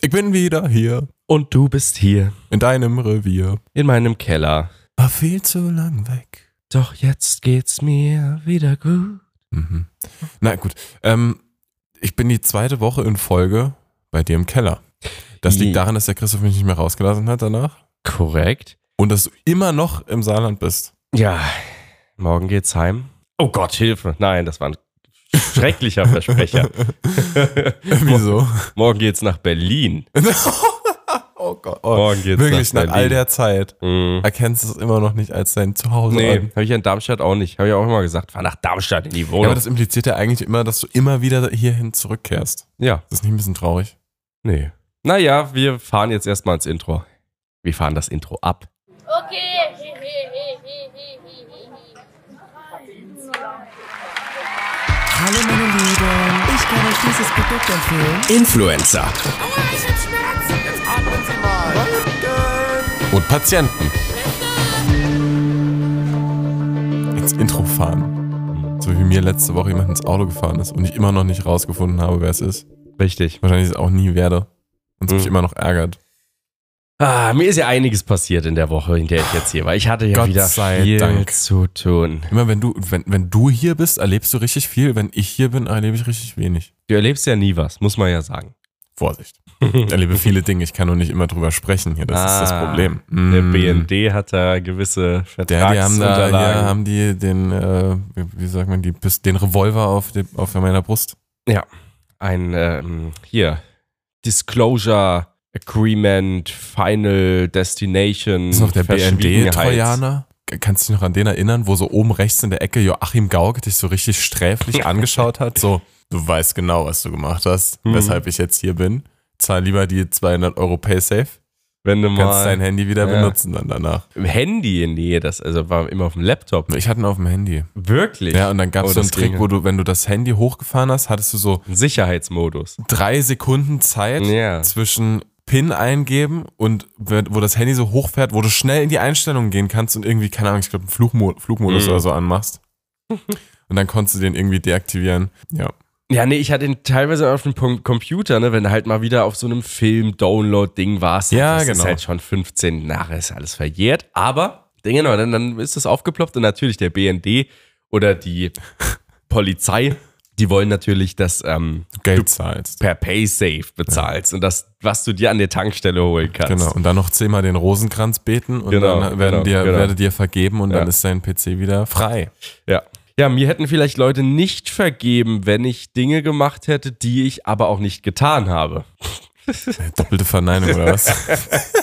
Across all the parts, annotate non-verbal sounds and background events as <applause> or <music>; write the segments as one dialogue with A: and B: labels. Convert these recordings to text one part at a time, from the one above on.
A: Ich bin wieder hier
B: Und du bist hier,
A: in deinem Revier.
B: in meinem Keller.
A: War viel zu lang weg.
B: Doch jetzt geht's mir wieder gut.
A: Mhm. Na gut, ähm, ich bin die zweite Woche in Folge bei dir im Keller. Das
B: Je-
A: liegt daran, dass der Christoph mich nicht mehr rausgelassen hat danach
B: Korrekt.
A: und dass du immer noch im Saarland bist.
B: Ja, morgen geht's heim. Oh Gott, Hilfe. Nein, das war ein schrecklicher <laughs> Versprecher.
A: <laughs> Wieso?
B: morgen geht's nach Berlin.
A: oh Gott.
B: Morgen geht's
A: Wirklich, nach
B: nach
A: all
B: Berlin.
A: der Zeit
B: Mhm.
A: erkennst du es immer noch nicht als dein Zuhause
B: Nee,
A: an.
B: habe ich ja in Darmstadt auch nicht. Habe ich auch immer gesagt, fahr nach Darmstadt in die
A: Ja, aber
B: Wohnung.
A: das impliziert ja eigentlich immer, dass du immer wieder hierhin zurückkehrst.
B: Ja,
A: Das ist nicht ein bisschen traurig.
B: nee. Naja, wir fahren jetzt erstmal ins Intro. Wir fahren das Intro ab.
C: Okay. Hi, hi, hi, hi, hi, hi, hi, hi.
D: Hallo meine Lieben, ich kann euch dieses Produkt empfehlen.
B: Influencer.
A: Und Patienten. Ins Intro fahren. So wie mir letzte Woche jemand ins Auto gefahren ist und ich immer noch nicht rausgefunden habe, wer es ist.
B: Richtig.
A: Wahrscheinlich es auch nie werde. Und es mich
B: Mhm.
A: immer noch ärgert.
B: Ah, mir ist ja einiges passiert in der Woche, in der ich jetzt hier war. Ich hatte ja
A: Gott
B: wieder
A: sei
B: viel
A: Dank.
B: zu tun.
A: Immer wenn du, wenn, wenn du hier bist, erlebst du richtig viel. Wenn ich hier bin, erlebe ich richtig wenig.
B: Du erlebst ja nie was, muss man ja sagen.
A: Vorsicht. Ich erlebe viele Dinge, ich kann nur nicht immer drüber sprechen hier. Das ist das
B: Ah,
A: Problem.
B: Der
A: Mm.
B: BND hat da gewisse
A: Der, die haben da,
B: Vertragsunterlagen.
A: ja, haben die den, äh, wie wie sagt man, die, Pist- den Revolver auf, dem- auf meiner Brust.
B: Ein, ähm, hier, Disclosure Agreement, Final Destination.
A: Ist noch der
B: Verschwiegenheit.
A: BND-Trojaner. Kannst du dich noch an den erinnern, wo so oben rechts in der Ecke Joachim Gauck dich so richtig <laughs> sträflich angeschaut hat? So, du weißt genau, was du gemacht hast,
B: Hm.
A: weshalb ich jetzt hier bin. Zahl lieber die 200 Euro Paysafe.
B: Wenn du
A: Kannst dein
B: mal
A: Handy wieder
B: Ja.
A: benutzen dann danach.
B: im Handy, nee, das also war immer auf dem Laptop.
A: Ich hatte ihn auf dem Handy.
B: Wirklich?
A: Ja, und dann gab es
B: Oh,
A: so einen
B: das
A: Trick,
B: ging.
A: wo du, wenn du das Handy hochgefahren hast, hattest du so
B: Ein Sicherheitsmodus.
A: drei Sekunden Zeit
B: Ja.
A: zwischen PIN eingeben und wenn- wo das Handy so hochfährt, wo du schnell in die Einstellungen gehen kannst und irgendwie, keine Ahnung, ich glaube, einen Flugmo Flugmodus
B: Mhm.
A: oder so anmachst.
B: <laughs>
A: Und dann konntest du den irgendwie deaktivieren. Ja.
B: Ja, nee, ich hatte ihn teilweise auf dem Pom- Computer, ne, wenn du halt mal wieder auf so einem Film-Download-Ding warst.
A: Ja,
B: das
A: genau.
B: ist halt schon 15, nachher ist alles verjährt. Aber, genau, dann, dann ist es aufgeploppt und natürlich der BND
A: <laughs>
B: oder die Polizei, die wollen natürlich, dass ähm,
A: Du Geld zahlst.
B: per PaySafe bezahlst und das, was du dir an der Tankstelle holen kannst.
A: Genau. Und dann noch zehnmal den Rosenkranz beten und
B: Genau,
A: dann werden
B: genau,
A: dir,
B: genau.
A: werde dir vergeben und
B: Ja.
A: dann ist dein PC wieder frei.
B: Ja. Ja, mir hätten vielleicht Leute nicht vergeben, wenn ich Dinge gemacht hätte, die ich aber auch nicht getan habe.
A: Doppelte Verneinung oder
B: <laughs>
A: was? <laughs>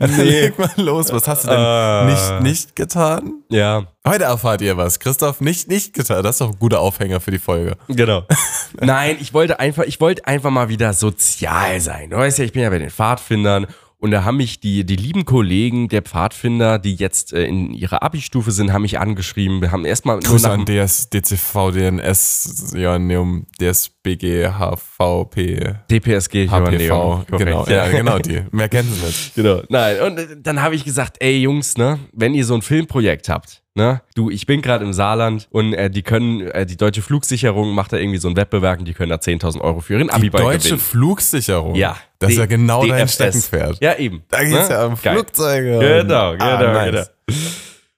A: Also Leg mal los, was hast du denn
B: Äh.
A: nicht, nicht getan?
B: Ja,
A: Heute erfahrt ihr was. Christoph, nicht, nicht getan. Das ist doch ein guter Aufhänger für die Folge.
B: Genau. <laughs> Nein, ich wollte einfach, ich wollte einfach mal wieder sozial sein. Du weißt ja, ich bin ja bei den Pfadfindern und da haben mich die, die lieben Kollegen der Pfadfinder, die jetzt äh, in ihrer Abi-Stufe sind, haben mich angeschrieben. Wir haben erstmal nur
A: Grüße
B: nach,
A: an DS, DCV, DNS, Joanneum, DSBG, HVP,
B: DPSG,
A: HPV.
B: Johanneum. Korrekt,
A: Genau,
B: <laughs>
A: ja, genau die. Mehr kennen sie nicht.
B: genau. Nein, und äh, dann habe ich gesagt, ey Jungs, ne, wenn ihr so ein Filmprojekt habt, ne, du, ich bin gerade im Saarland und äh, die können, äh, die deutsche Flugsicherung macht da irgendwie so einen Wettbewerb und die können da 10.000 Euro für ihren
A: Die
B: Abi bei
A: deutsche
B: gewinnen.
A: Flugsicherung.
B: Ja.
A: Das ist
B: D-
A: ja genau dein
B: DFS.
A: Steckenpferd.
B: Ja, eben.
A: Da geht's
B: Ne?
A: ja um
B: Geil.
A: Flugzeuge.
B: Genau, genau,
A: Ah,
B: genau.
A: nice.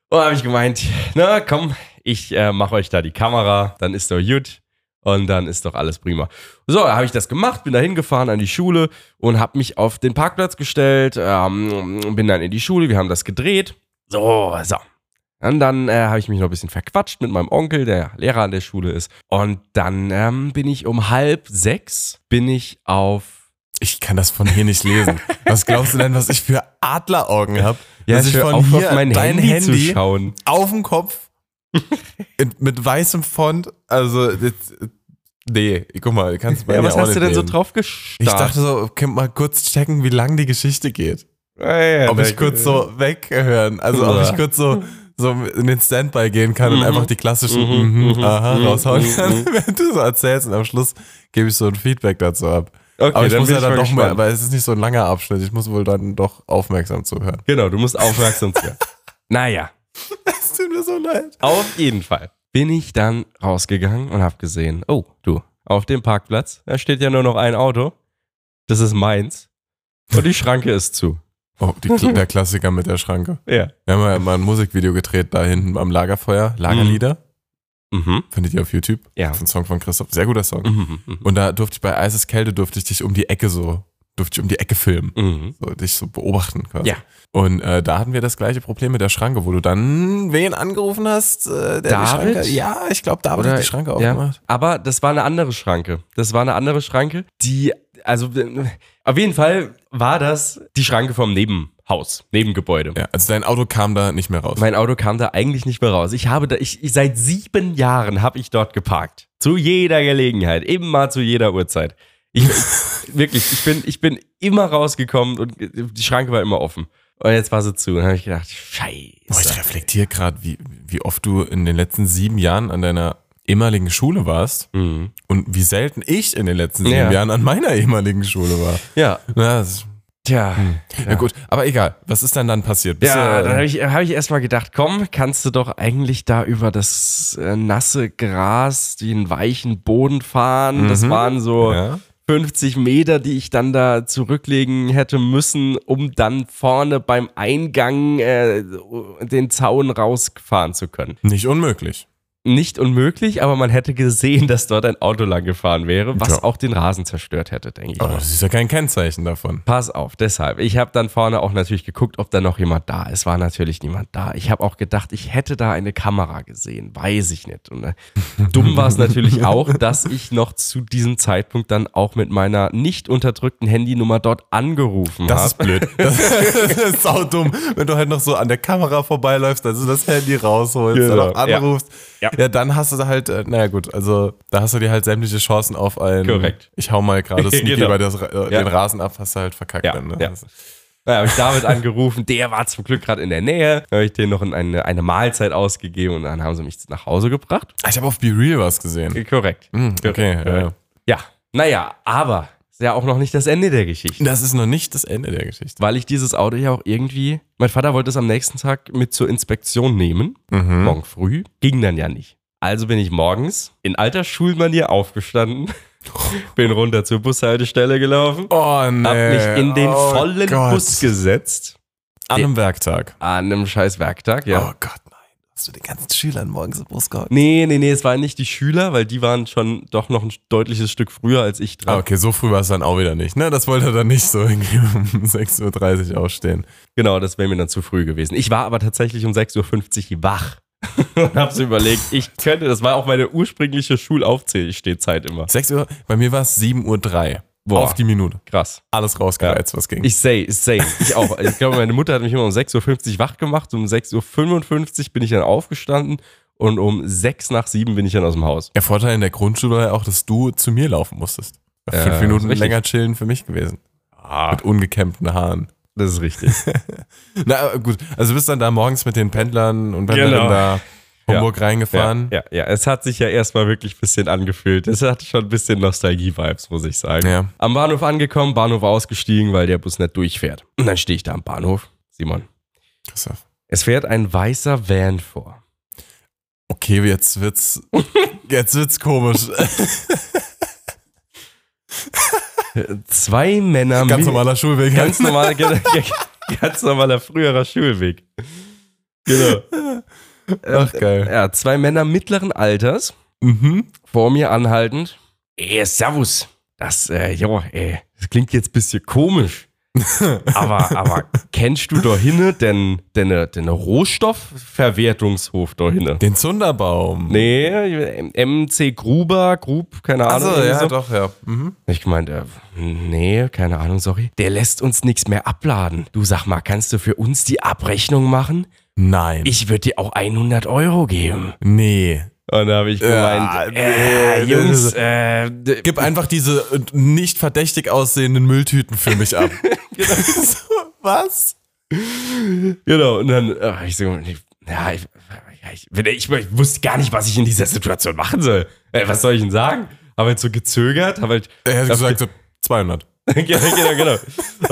B: Und habe ich gemeint, na komm, ich äh, mache euch da die Kamera, dann ist doch gut und dann ist doch alles prima. So, habe ich das gemacht, bin da hingefahren an die Schule und habe mich auf den Parkplatz gestellt, ähm, bin dann in die Schule, wir haben das gedreht. So, so. Und dann äh, habe ich mich noch ein bisschen verquatscht mit meinem Onkel, der Lehrer an der Schule ist. Und dann ähm, bin ich um halb sechs, bin ich auf
A: Ich kann das von hier nicht lesen. Was glaubst du denn, was ich für Adleraugen habe?
B: Ja,
A: dass ich
B: ich hör
A: von
B: auf,
A: hier
B: auf mein
A: dein
B: Handy, zu
A: Handy
B: schauen.
A: auf dem
B: <laughs>
A: Kopf in, mit weißem Font. Also, jetzt, nee, guck mal, kannst du bei mir auch nicht lesen.
B: drauf
A: Ich
B: gestarrt?
A: dachte so, können wir mal kurz checken, wie lang die Geschichte geht. Ob ich kurz so weghören, also ob
B: äh. Ja.
A: ich kurz so, so in den Standby gehen kann und
B: Mhm.
A: einfach die klassischen
B: Mhm,
A: mhm, aha
B: mhm,
A: raushauen
B: mhm,
A: kann,
B: mhm.
A: <laughs> wenn du so erzählst und am Schluss gebe ich so ein Feedback dazu ab.
B: Okay,
A: Aber ich
B: dann
A: muss
B: bin
A: ja
B: ich halt
A: dann
B: mal
A: doch mal,
B: gespannt.
A: weil es ist nicht so ein langer Abschnitt, ich muss wohl dann doch aufmerksam zuhören.
B: Genau, du musst aufmerksam <laughs> sein. naja,
A: Es tut mir so leid.
B: auf jeden Fall bin ich dann rausgegangen und habe gesehen, oh, du, auf dem Parkplatz, da steht ja nur noch ein Auto das ist meins. Und die Schranke ist zu.
A: Oh, die, Kl- der Klassiker mit der Schranke.
B: Ja.
A: Wir haben ja mal ein Musikvideo gedreht da hinten am Lagerfeuer. Lagerlieder.
B: Mhm.
A: Findet ihr auf YouTube.
B: Ja.
A: Das ist ein Song von Christoph. Sehr guter Song.
B: Mhm. Mhm.
A: Und da durfte ich bei Eises Kälte, durfte ich dich um die Ecke so, durfte ich um die Ecke filmen.
B: Mhm.
A: So, dich so beobachten quasi.
B: Ja.
A: Und äh, da hatten wir das gleiche Problem mit der Schranke, wo du dann wen angerufen hast, äh, der
B: David?
A: die Schranke. Ja, ich glaube, David
B: Oder-
A: hat die Schranke
B: ja.
A: aufgemacht.
B: Aber das war eine andere Schranke. Das war eine andere Schranke, die, also äh, auf jeden Fall war das die Schranke vom Nebenhaus, Nebengebäude.
A: Ja. also dein Auto kam da nicht mehr raus.
B: Mein Auto kam da eigentlich nicht mehr raus. Ich habe da, ich, ich seit sieben Jahren habe ich dort geparkt. Zu jeder Gelegenheit, immer zu jeder Uhrzeit.
A: <laughs>
B: Ich, wirklich, ich bin, ich bin immer rausgekommen und die Schranke war immer offen. Und jetzt war sie zu. Und dann habe ich gedacht,
A: Boah, Oh, ich
B: scheiße.
A: reflektiere gerade, wie, wie oft du in den letzten sieben Jahren an deiner ehemaligen Schule warst
B: Mhm.
A: und wie selten ich in den letzten sieben
B: Ja.
A: Jahren an meiner ehemaligen Schule war.
B: Ja,
A: Na, das ist,
B: tja.
A: na gut, aber egal. Was ist denn dann passiert? Bist
B: Ja,
A: du,
B: dann habe ich, hab ich erstmal gedacht, komm, kannst du doch eigentlich da über das äh, nasse Gras, den weichen Boden fahren. Das
A: Mhm.
B: waren so
A: ja?
B: 50 Meter, die ich dann da zurücklegen hätte müssen, um dann vorne beim Eingang äh, den Zaun rausfahren zu können.
A: Nicht unmöglich.
B: Nicht unmöglich, aber man hätte gesehen, dass dort ein Auto lang gefahren wäre, was
A: Tja.
B: auch den Rasen zerstört hätte, denke ich.
A: Aber
B: mal.
A: das ist ja kein Kennzeichen davon.
B: Pass auf, deshalb. Ich habe dann vorne auch natürlich geguckt, ob da noch jemand da ist. War natürlich niemand da. Ich habe auch gedacht, ich hätte da eine Kamera gesehen. Weiß ich nicht. Und
A: <laughs>
B: äh, dumm war es natürlich auch, dass ich noch zu diesem Zeitpunkt dann auch mit meiner nicht unterdrückten Handynummer dort angerufen
A: Das
B: habe.
A: ist blöd. Das, <laughs> ist sau dumm. Wenn du halt noch so an der Kamera vorbeiläufst, also das Handy rausholst,
B: Genau.
A: dann noch anrufst.
B: Ja.
A: Ja. dann hast du da halt, äh, naja gut, also da hast du dir halt sämtliche Chancen auf ein.
B: Korrekt.
A: Ich hau mal
B: <laughs>
A: gerade Sneaky
B: Genau.
A: bei das, äh,
B: Ja.
A: den Rasen ab, hast du halt verkackt.
B: Ja,
A: dann, ne?
B: ja. Da habe ich David angerufen, der war zum Glück gerade in der Nähe. Da habe ich denen noch eine, eine Mahlzeit ausgegeben und dann haben sie mich nach Hause gebracht.
A: Ah, Ich habe auf Be Real was gesehen.
B: Korrekt.
A: Hm, okay, ja, ja.
B: Ja, naja, aber ist ja auch noch nicht das Ende der Geschichte.
A: Das ist noch nicht das Ende der Geschichte.
B: weil ich dieses Auto ja auch irgendwie. Mein Vater wollte es am nächsten Tag mit zur Inspektion nehmen.
A: Mhm.
B: Morgen früh. Ging dann ja nicht. Also bin ich morgens in alter Schulmanier aufgestanden, <laughs> bin runter zur Bushaltestelle gelaufen,
A: Oh nee.
B: hab mich in den
A: Oh
B: vollen
A: Gott.
B: Bus gesetzt.
A: An einem Werktag.
B: An einem scheiß Werktag, ja.
A: Oh Gott, nein. Hast du den ganzen Schülern morgens im Bus gehauen?
B: Nee, nee, nee, es waren nicht die Schüler, weil die waren schon doch noch ein deutliches Stück früher als ich
A: Ah,
B: dran.
A: okay, so früh war es dann auch wieder nicht. Ne, das wollte er dann nicht so irgendwie um <laughs> 6.30 Uhr aufstehen.
B: Genau, das wäre mir dann zu früh gewesen. Ich war aber tatsächlich um 6.50 Uhr wach <laughs> und habe so überlegt, ich könnte, das war auch meine ursprüngliche Schulaufstehzeit immer.
A: 6 Uhr, bei mir war es 7.03 Uhr.
B: Boah.
A: Auf die Minute.
B: Krass.
A: Alles rausgereizt, was ging.
B: Ich say, say, ich auch. Ich glaube, meine Mutter hat mich immer um 6.50 Uhr wach gemacht, um 6.55 Uhr bin ich dann aufgestanden und um 6 nach 7 bin ich dann aus dem Haus.
A: der Vorteil in der Grundschule war ja auch, dass du zu mir laufen musstest.
B: Ja,
A: Fünf
B: ist
A: Minuten
B: richtig.
A: länger chillen für mich gewesen.
B: Ah,
A: Mit ungekämmten Haaren.
B: das
A: <laughs>
B: ist richtig.
A: Na aber gut, also du bist dann da morgens mit den Pendlern und Pendlerinnen
B: Genau.
A: da Hamburg reingefahren.
B: Ja, ja, ja, es hat sich ja erstmal wirklich ein bisschen angefühlt. Es hat schon ein bisschen Nostalgie-Vibes, muss ich sagen.
A: Ja.
B: Am Bahnhof angekommen, Bahnhof ausgestiegen, weil der Bus nicht durchfährt. Und dann stehe ich da am Bahnhof. Simon.
A: Christoph.
B: Es fährt ein weißer Van vor.
A: Okay, jetzt
B: <laughs>
A: wird's, jetzt wird's komisch.
B: Zwei Männer
A: Ganz
B: mit-
A: normaler Schulweg. halt.
B: ganz normal, ge- ge- ganz normaler früherer Schulweg. Genau. ähm,
A: Ach, geil.
B: Ja, zwei Männer mittleren Alters
A: Mhm.
B: vor mir anhaltend. Ey, Servus. Das, äh, jo, ey, das klingt jetzt ein bisschen komisch. aber, aber kennst du da hinne denn, denn, ne- denn ne Rohstoffverwertungshof da hinne?
A: Den Zunderbaum.
B: Nee, M- MC Gruber, Grub, keine
A: Also
B: Ahnung. irgendwie
A: ja,
B: so.
A: doch, ja. Mhm.
B: Ich gemeint, äh, nee, keine Ahnung, sorry. Der lässt uns nichts mehr abladen. Du sag mal, kannst du für uns die Abrechnung machen?
A: Nein.
B: Ich würde dir auch 100 Euro geben.
A: nee.
B: Und da habe ich
A: Ja,
B: gemeint, äh,
A: nee,
B: Jungs,
A: das-
B: äh, d-
A: Gib einfach diese äh, nicht verdächtig aussehenden Mülltüten für mich
B: <laughs>
A: ab. <laughs> so, was?
B: Genau, und dann, ach, ich so, ich- ja, ich, ja, ich, wenn ich, ich wusste gar nicht, was ich in dieser Äh, Situation machen soll. Ey, was soll ich denn sagen? Hab halt so gezögert, hab halt,
A: Er hat gesagt, so 200.
B: <laughs> genau, genau, genau.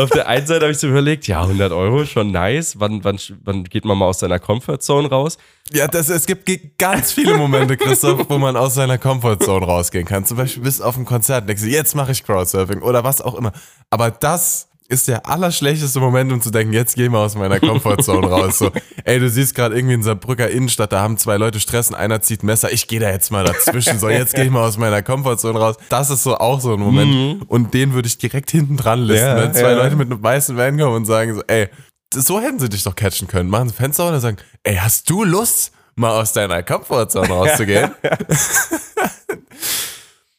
B: Auf der einen Seite habe ich so überlegt, ja, 100 Euro, schon nice. Wann, wann, wann geht man mal aus seiner Comfortzone raus?
A: Ja, das, es gibt ge- ganz viele Momente, Christoph, wo man aus seiner Comfortzone rausgehen kann. Zum Beispiel bist du auf einem Konzert, denkst du, jetzt mache ich Crowdsurfing oder was auch immer. Aber das ist der allerschlechteste Moment, um zu denken, jetzt geh mal aus meiner Comfortzone raus. So, ey, du siehst gerade irgendwie in Saarbrücker Innenstadt, da haben zwei Leute Stressen, einer zieht Messer, ich gehe da jetzt mal dazwischen. So, jetzt gehe ich mal aus meiner Comfortzone raus. Das ist so auch so ein Moment. Und den würde ich direkt hinten dran listen,
B: Mhm. Ja,
A: wenn zwei
B: ja.
A: Leute mit einem weißen Van kommen und sagen so, ey, so hätten sie dich doch catchen können. Machen sie Fenster auf und sagen, ey, hast du Lust, mal aus deiner Comfortzone rauszugehen?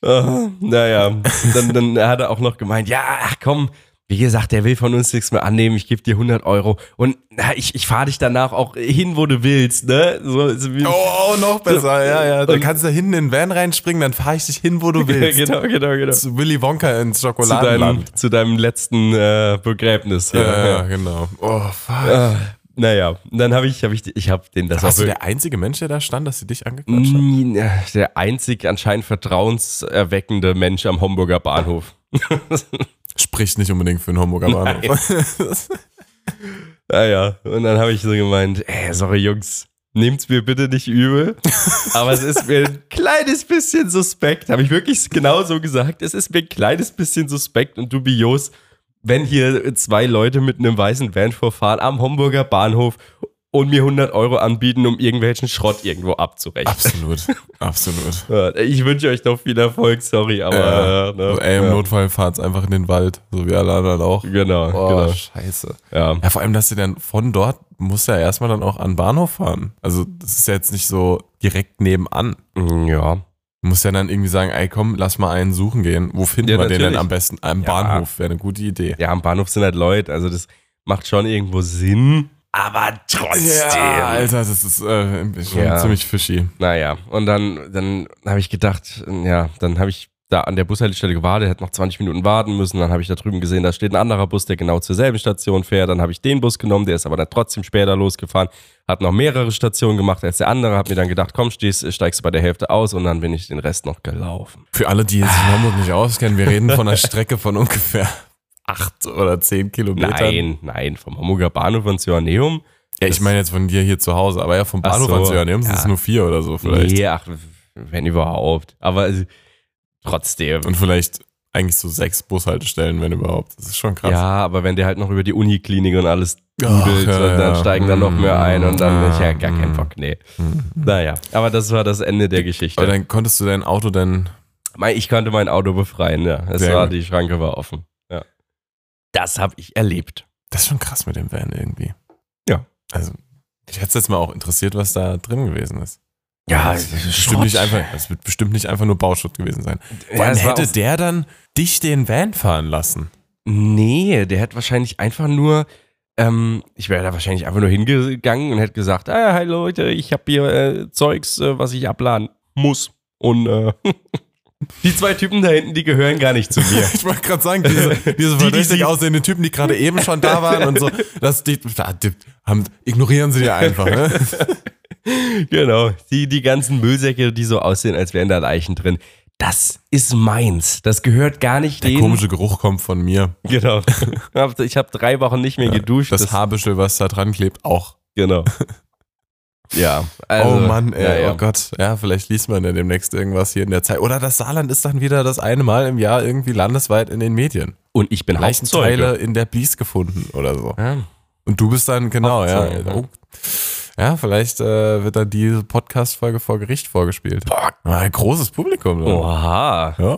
B: Ah, naja, dann, dann hat er auch noch gemeint, ja, ach komm, wie gesagt, der will von uns nichts mehr annehmen, ich gebe dir 100 Euro und na, ich, ich fahre dich danach auch hin, wo du willst, ne? So, so wie, <laughs>
A: oh, noch besser, ja, ja. Dann kannst du hinten in den Van reinspringen, dann fahre ich dich hin, wo du willst.
B: genau, genau, genau. Zu,
A: Zu Willy Wonka ins Schokoladenland.
B: deinem, zu deinem letzten äh, Begräbnis.
A: Ja, ja, ja, genau. Oh, fuck.
B: Ah, naja, und dann habe ich, habe ich, ich habe den das
A: Warst du
B: auch
A: der einzige Mensch, der da stand, dass sie dich angeklatscht haben?
B: Nie- Mm, ja, der einzig anscheinend vertrauenserweckende Mensch am
A: <laughs>
B: Homburger Bahnhof.
A: Spricht nicht unbedingt für den Hamburger Bahnhof. Ah,
B: Naja, und dann habe ich so gemeint, ey, sorry Jungs, nehmt's mir bitte
A: <laughs>
B: nicht übel, aber es ist mir ein kleines bisschen suspekt, habe ich wirklich genau so gesagt, es ist mir ein kleines bisschen suspekt und dubios, wenn hier zwei Leute mit einem weißen Van vorfahren am Homburger Bahnhof und mir 100 Euro anbieten, um irgendwelchen Schrott irgendwo
A: <laughs>
B: abzurechnen.
A: Absolut, absolut.
B: Ja, Ich wünsche euch noch viel Erfolg, sorry, aber
A: Ja.
B: äh, ne,
A: Ey, im
B: ja.
A: Notfall fahrt's einfach in den Wald, so wie alle anderen auch.
B: genau,
A: Oh,
B: genau.
A: scheiße.
B: Ja.
A: Ja, vor allem, dass du dann von dort musst ja erstmal dann auch an den Bahnhof fahren. Also, das ist ja jetzt nicht so direkt nebenan.
B: Mhm, ja.
A: Du musst ja dann irgendwie sagen, ey, komm, lass mal einen suchen gehen. Wo finden
B: Ja,
A: wir den denn
B: natürlich.
A: am besten? Am
B: Ja.
A: Bahnhof wäre eine gute Idee.
B: ja, am Bahnhof sind halt Leute, also das macht schon irgendwo Sinn. Aber trotzdem.
A: Ja, also Alter, das ist äh, schon
B: Ja.
A: ziemlich fishy.
B: Naja, und dann, dann habe ich gedacht, ja, dann habe ich da an der Bushaltestelle gewartet, hätte noch 20 Minuten warten müssen. Dann habe ich da drüben gesehen, da steht ein anderer Bus, der genau zur selben Station fährt. Dann habe ich den Bus genommen, der ist aber dann trotzdem später losgefahren, hat noch mehrere Stationen gemacht als der andere. Habe mir dann gedacht, komm, stehst, steigst du bei der Hälfte aus und dann bin ich den Rest noch gelaufen.
A: Für alle, die sich in Hamburg nicht auskennen, wir reden
B: <laughs>
A: von einer Strecke von ungefähr acht oder zehn Kilometern.
B: Nein, nein, vom Hamburger Bahnhof ins Joanneum.
A: Ja, ich meine jetzt von dir hier zu Hause, aber ja, vom
B: Ach
A: Bahnhof
B: so.
A: ans Johanneum sind
B: Ja.
A: es nur vier oder so vielleicht.
B: Nee, ach, wenn überhaupt. Aber äh, trotzdem.
A: Und vielleicht eigentlich so sechs Bushaltestellen, wenn überhaupt. Das ist schon krass.
B: Ja, aber wenn der halt noch über die Uniklinik und alles
A: Ach,
B: dübelt,
A: ja,
B: und dann
A: ja.
B: steigen da noch mehr ein und dann ich ja gar
A: Mm.
B: keinen Bock. Nee. Naja, aber das war das Ende der
A: Aber
B: Geschichte.
A: dann konntest du dein Auto dann.
B: Mei, Ich konnte mein Auto befreien, ja. Es
A: Sehr
B: war,
A: gut.
B: die Schranke war offen. Ja. Das habe ich erlebt.
A: Das ist schon krass mit dem Van irgendwie.
B: Ja.
A: Also, ich hätte es jetzt mal auch interessiert, was da drin gewesen ist.
B: Ja,
A: das ist bestimmt nicht einfach, das wird bestimmt nicht einfach nur Bauschutt gewesen sein.
B: Ja,
A: Wann
B: es war
A: hätte
B: auch-
A: der dann dich den Van fahren lassen?
B: Nee, der hat wahrscheinlich einfach nur, ähm, ich wäre da wahrscheinlich einfach nur hingegangen und hätte gesagt, ah, hi Leute, ich habe hier äh, Zeugs, äh, was ich abladen muss. Und äh, <laughs> die zwei Typen da hinten, die gehören gar nicht zu mir.
A: <laughs> Ich wollte gerade sagen,
B: <laughs>
A: diese, diese verdächtig aussehenden Typen, die gerade eben schon da waren und so, das, die, da- die haben, ignorieren sie ja einfach.
B: <laughs>
A: Ne?
B: genau, die, die ganzen Müllsäcke, die so aussehen, als wären da Leichen drin. Das ist meins. Das gehört gar nicht
A: Der
B: denen.
A: komische Geruch kommt von mir. <laughs>
B: Genau. Hab- ich habe drei Wochen nicht mehr geduscht.
A: Das, Haarbüschel, was da dran klebt, auch. <laughs>
B: genau. Ja.
A: oh
B: also,
A: Mann, ey,
B: ja, ja.
A: oh Gott. Ja, vielleicht liest man ja demnächst irgendwas hier in der Zeit. Oder das Saarland ist dann wieder das eine Mal im Jahr irgendwie landesweit in den Medien.
B: Und ich bin Hauptzeuge.
A: Leichenteile in der Bies gefunden oder so.
B: Ja.
A: Und du bist dann, genau, ja.
B: Hauptsache,
A: Oh. Ja, vielleicht äh, wird dann diese Podcast-Folge vor Gericht vorgespielt. Ah, Ein großes Publikum. dann.
B: Oha.
A: Ja.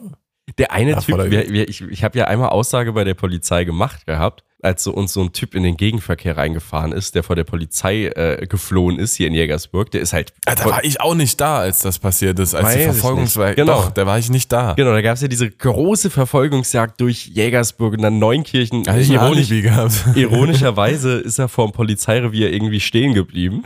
B: Der eine
A: Ja,
B: Typ,
A: voller
B: wir, wir, ich, ich habe ja einmal Aussage bei der Polizei gemacht gehabt, als so uns so ein Typ in den Gegenverkehr reingefahren ist, der vor der Polizei äh, geflohen ist hier in Jägersburg. Der ist halt.
A: Ah, Da war ich auch nicht da, als das passiert ist, als die
B: Weiß ich
A: Verfolgungsweite.
B: nicht. Genau.
A: Doch, da war ich nicht da.
B: Genau, da gab es ja diese große Verfolgungsjagd durch Jägersburg und dann Neunkirchen.
A: Da hatte ich ein
B: Ironisch-
A: Alibi <laughs> gehabt.
B: Ironischerweise <laughs> ist er vor dem Polizeirevier irgendwie stehen geblieben.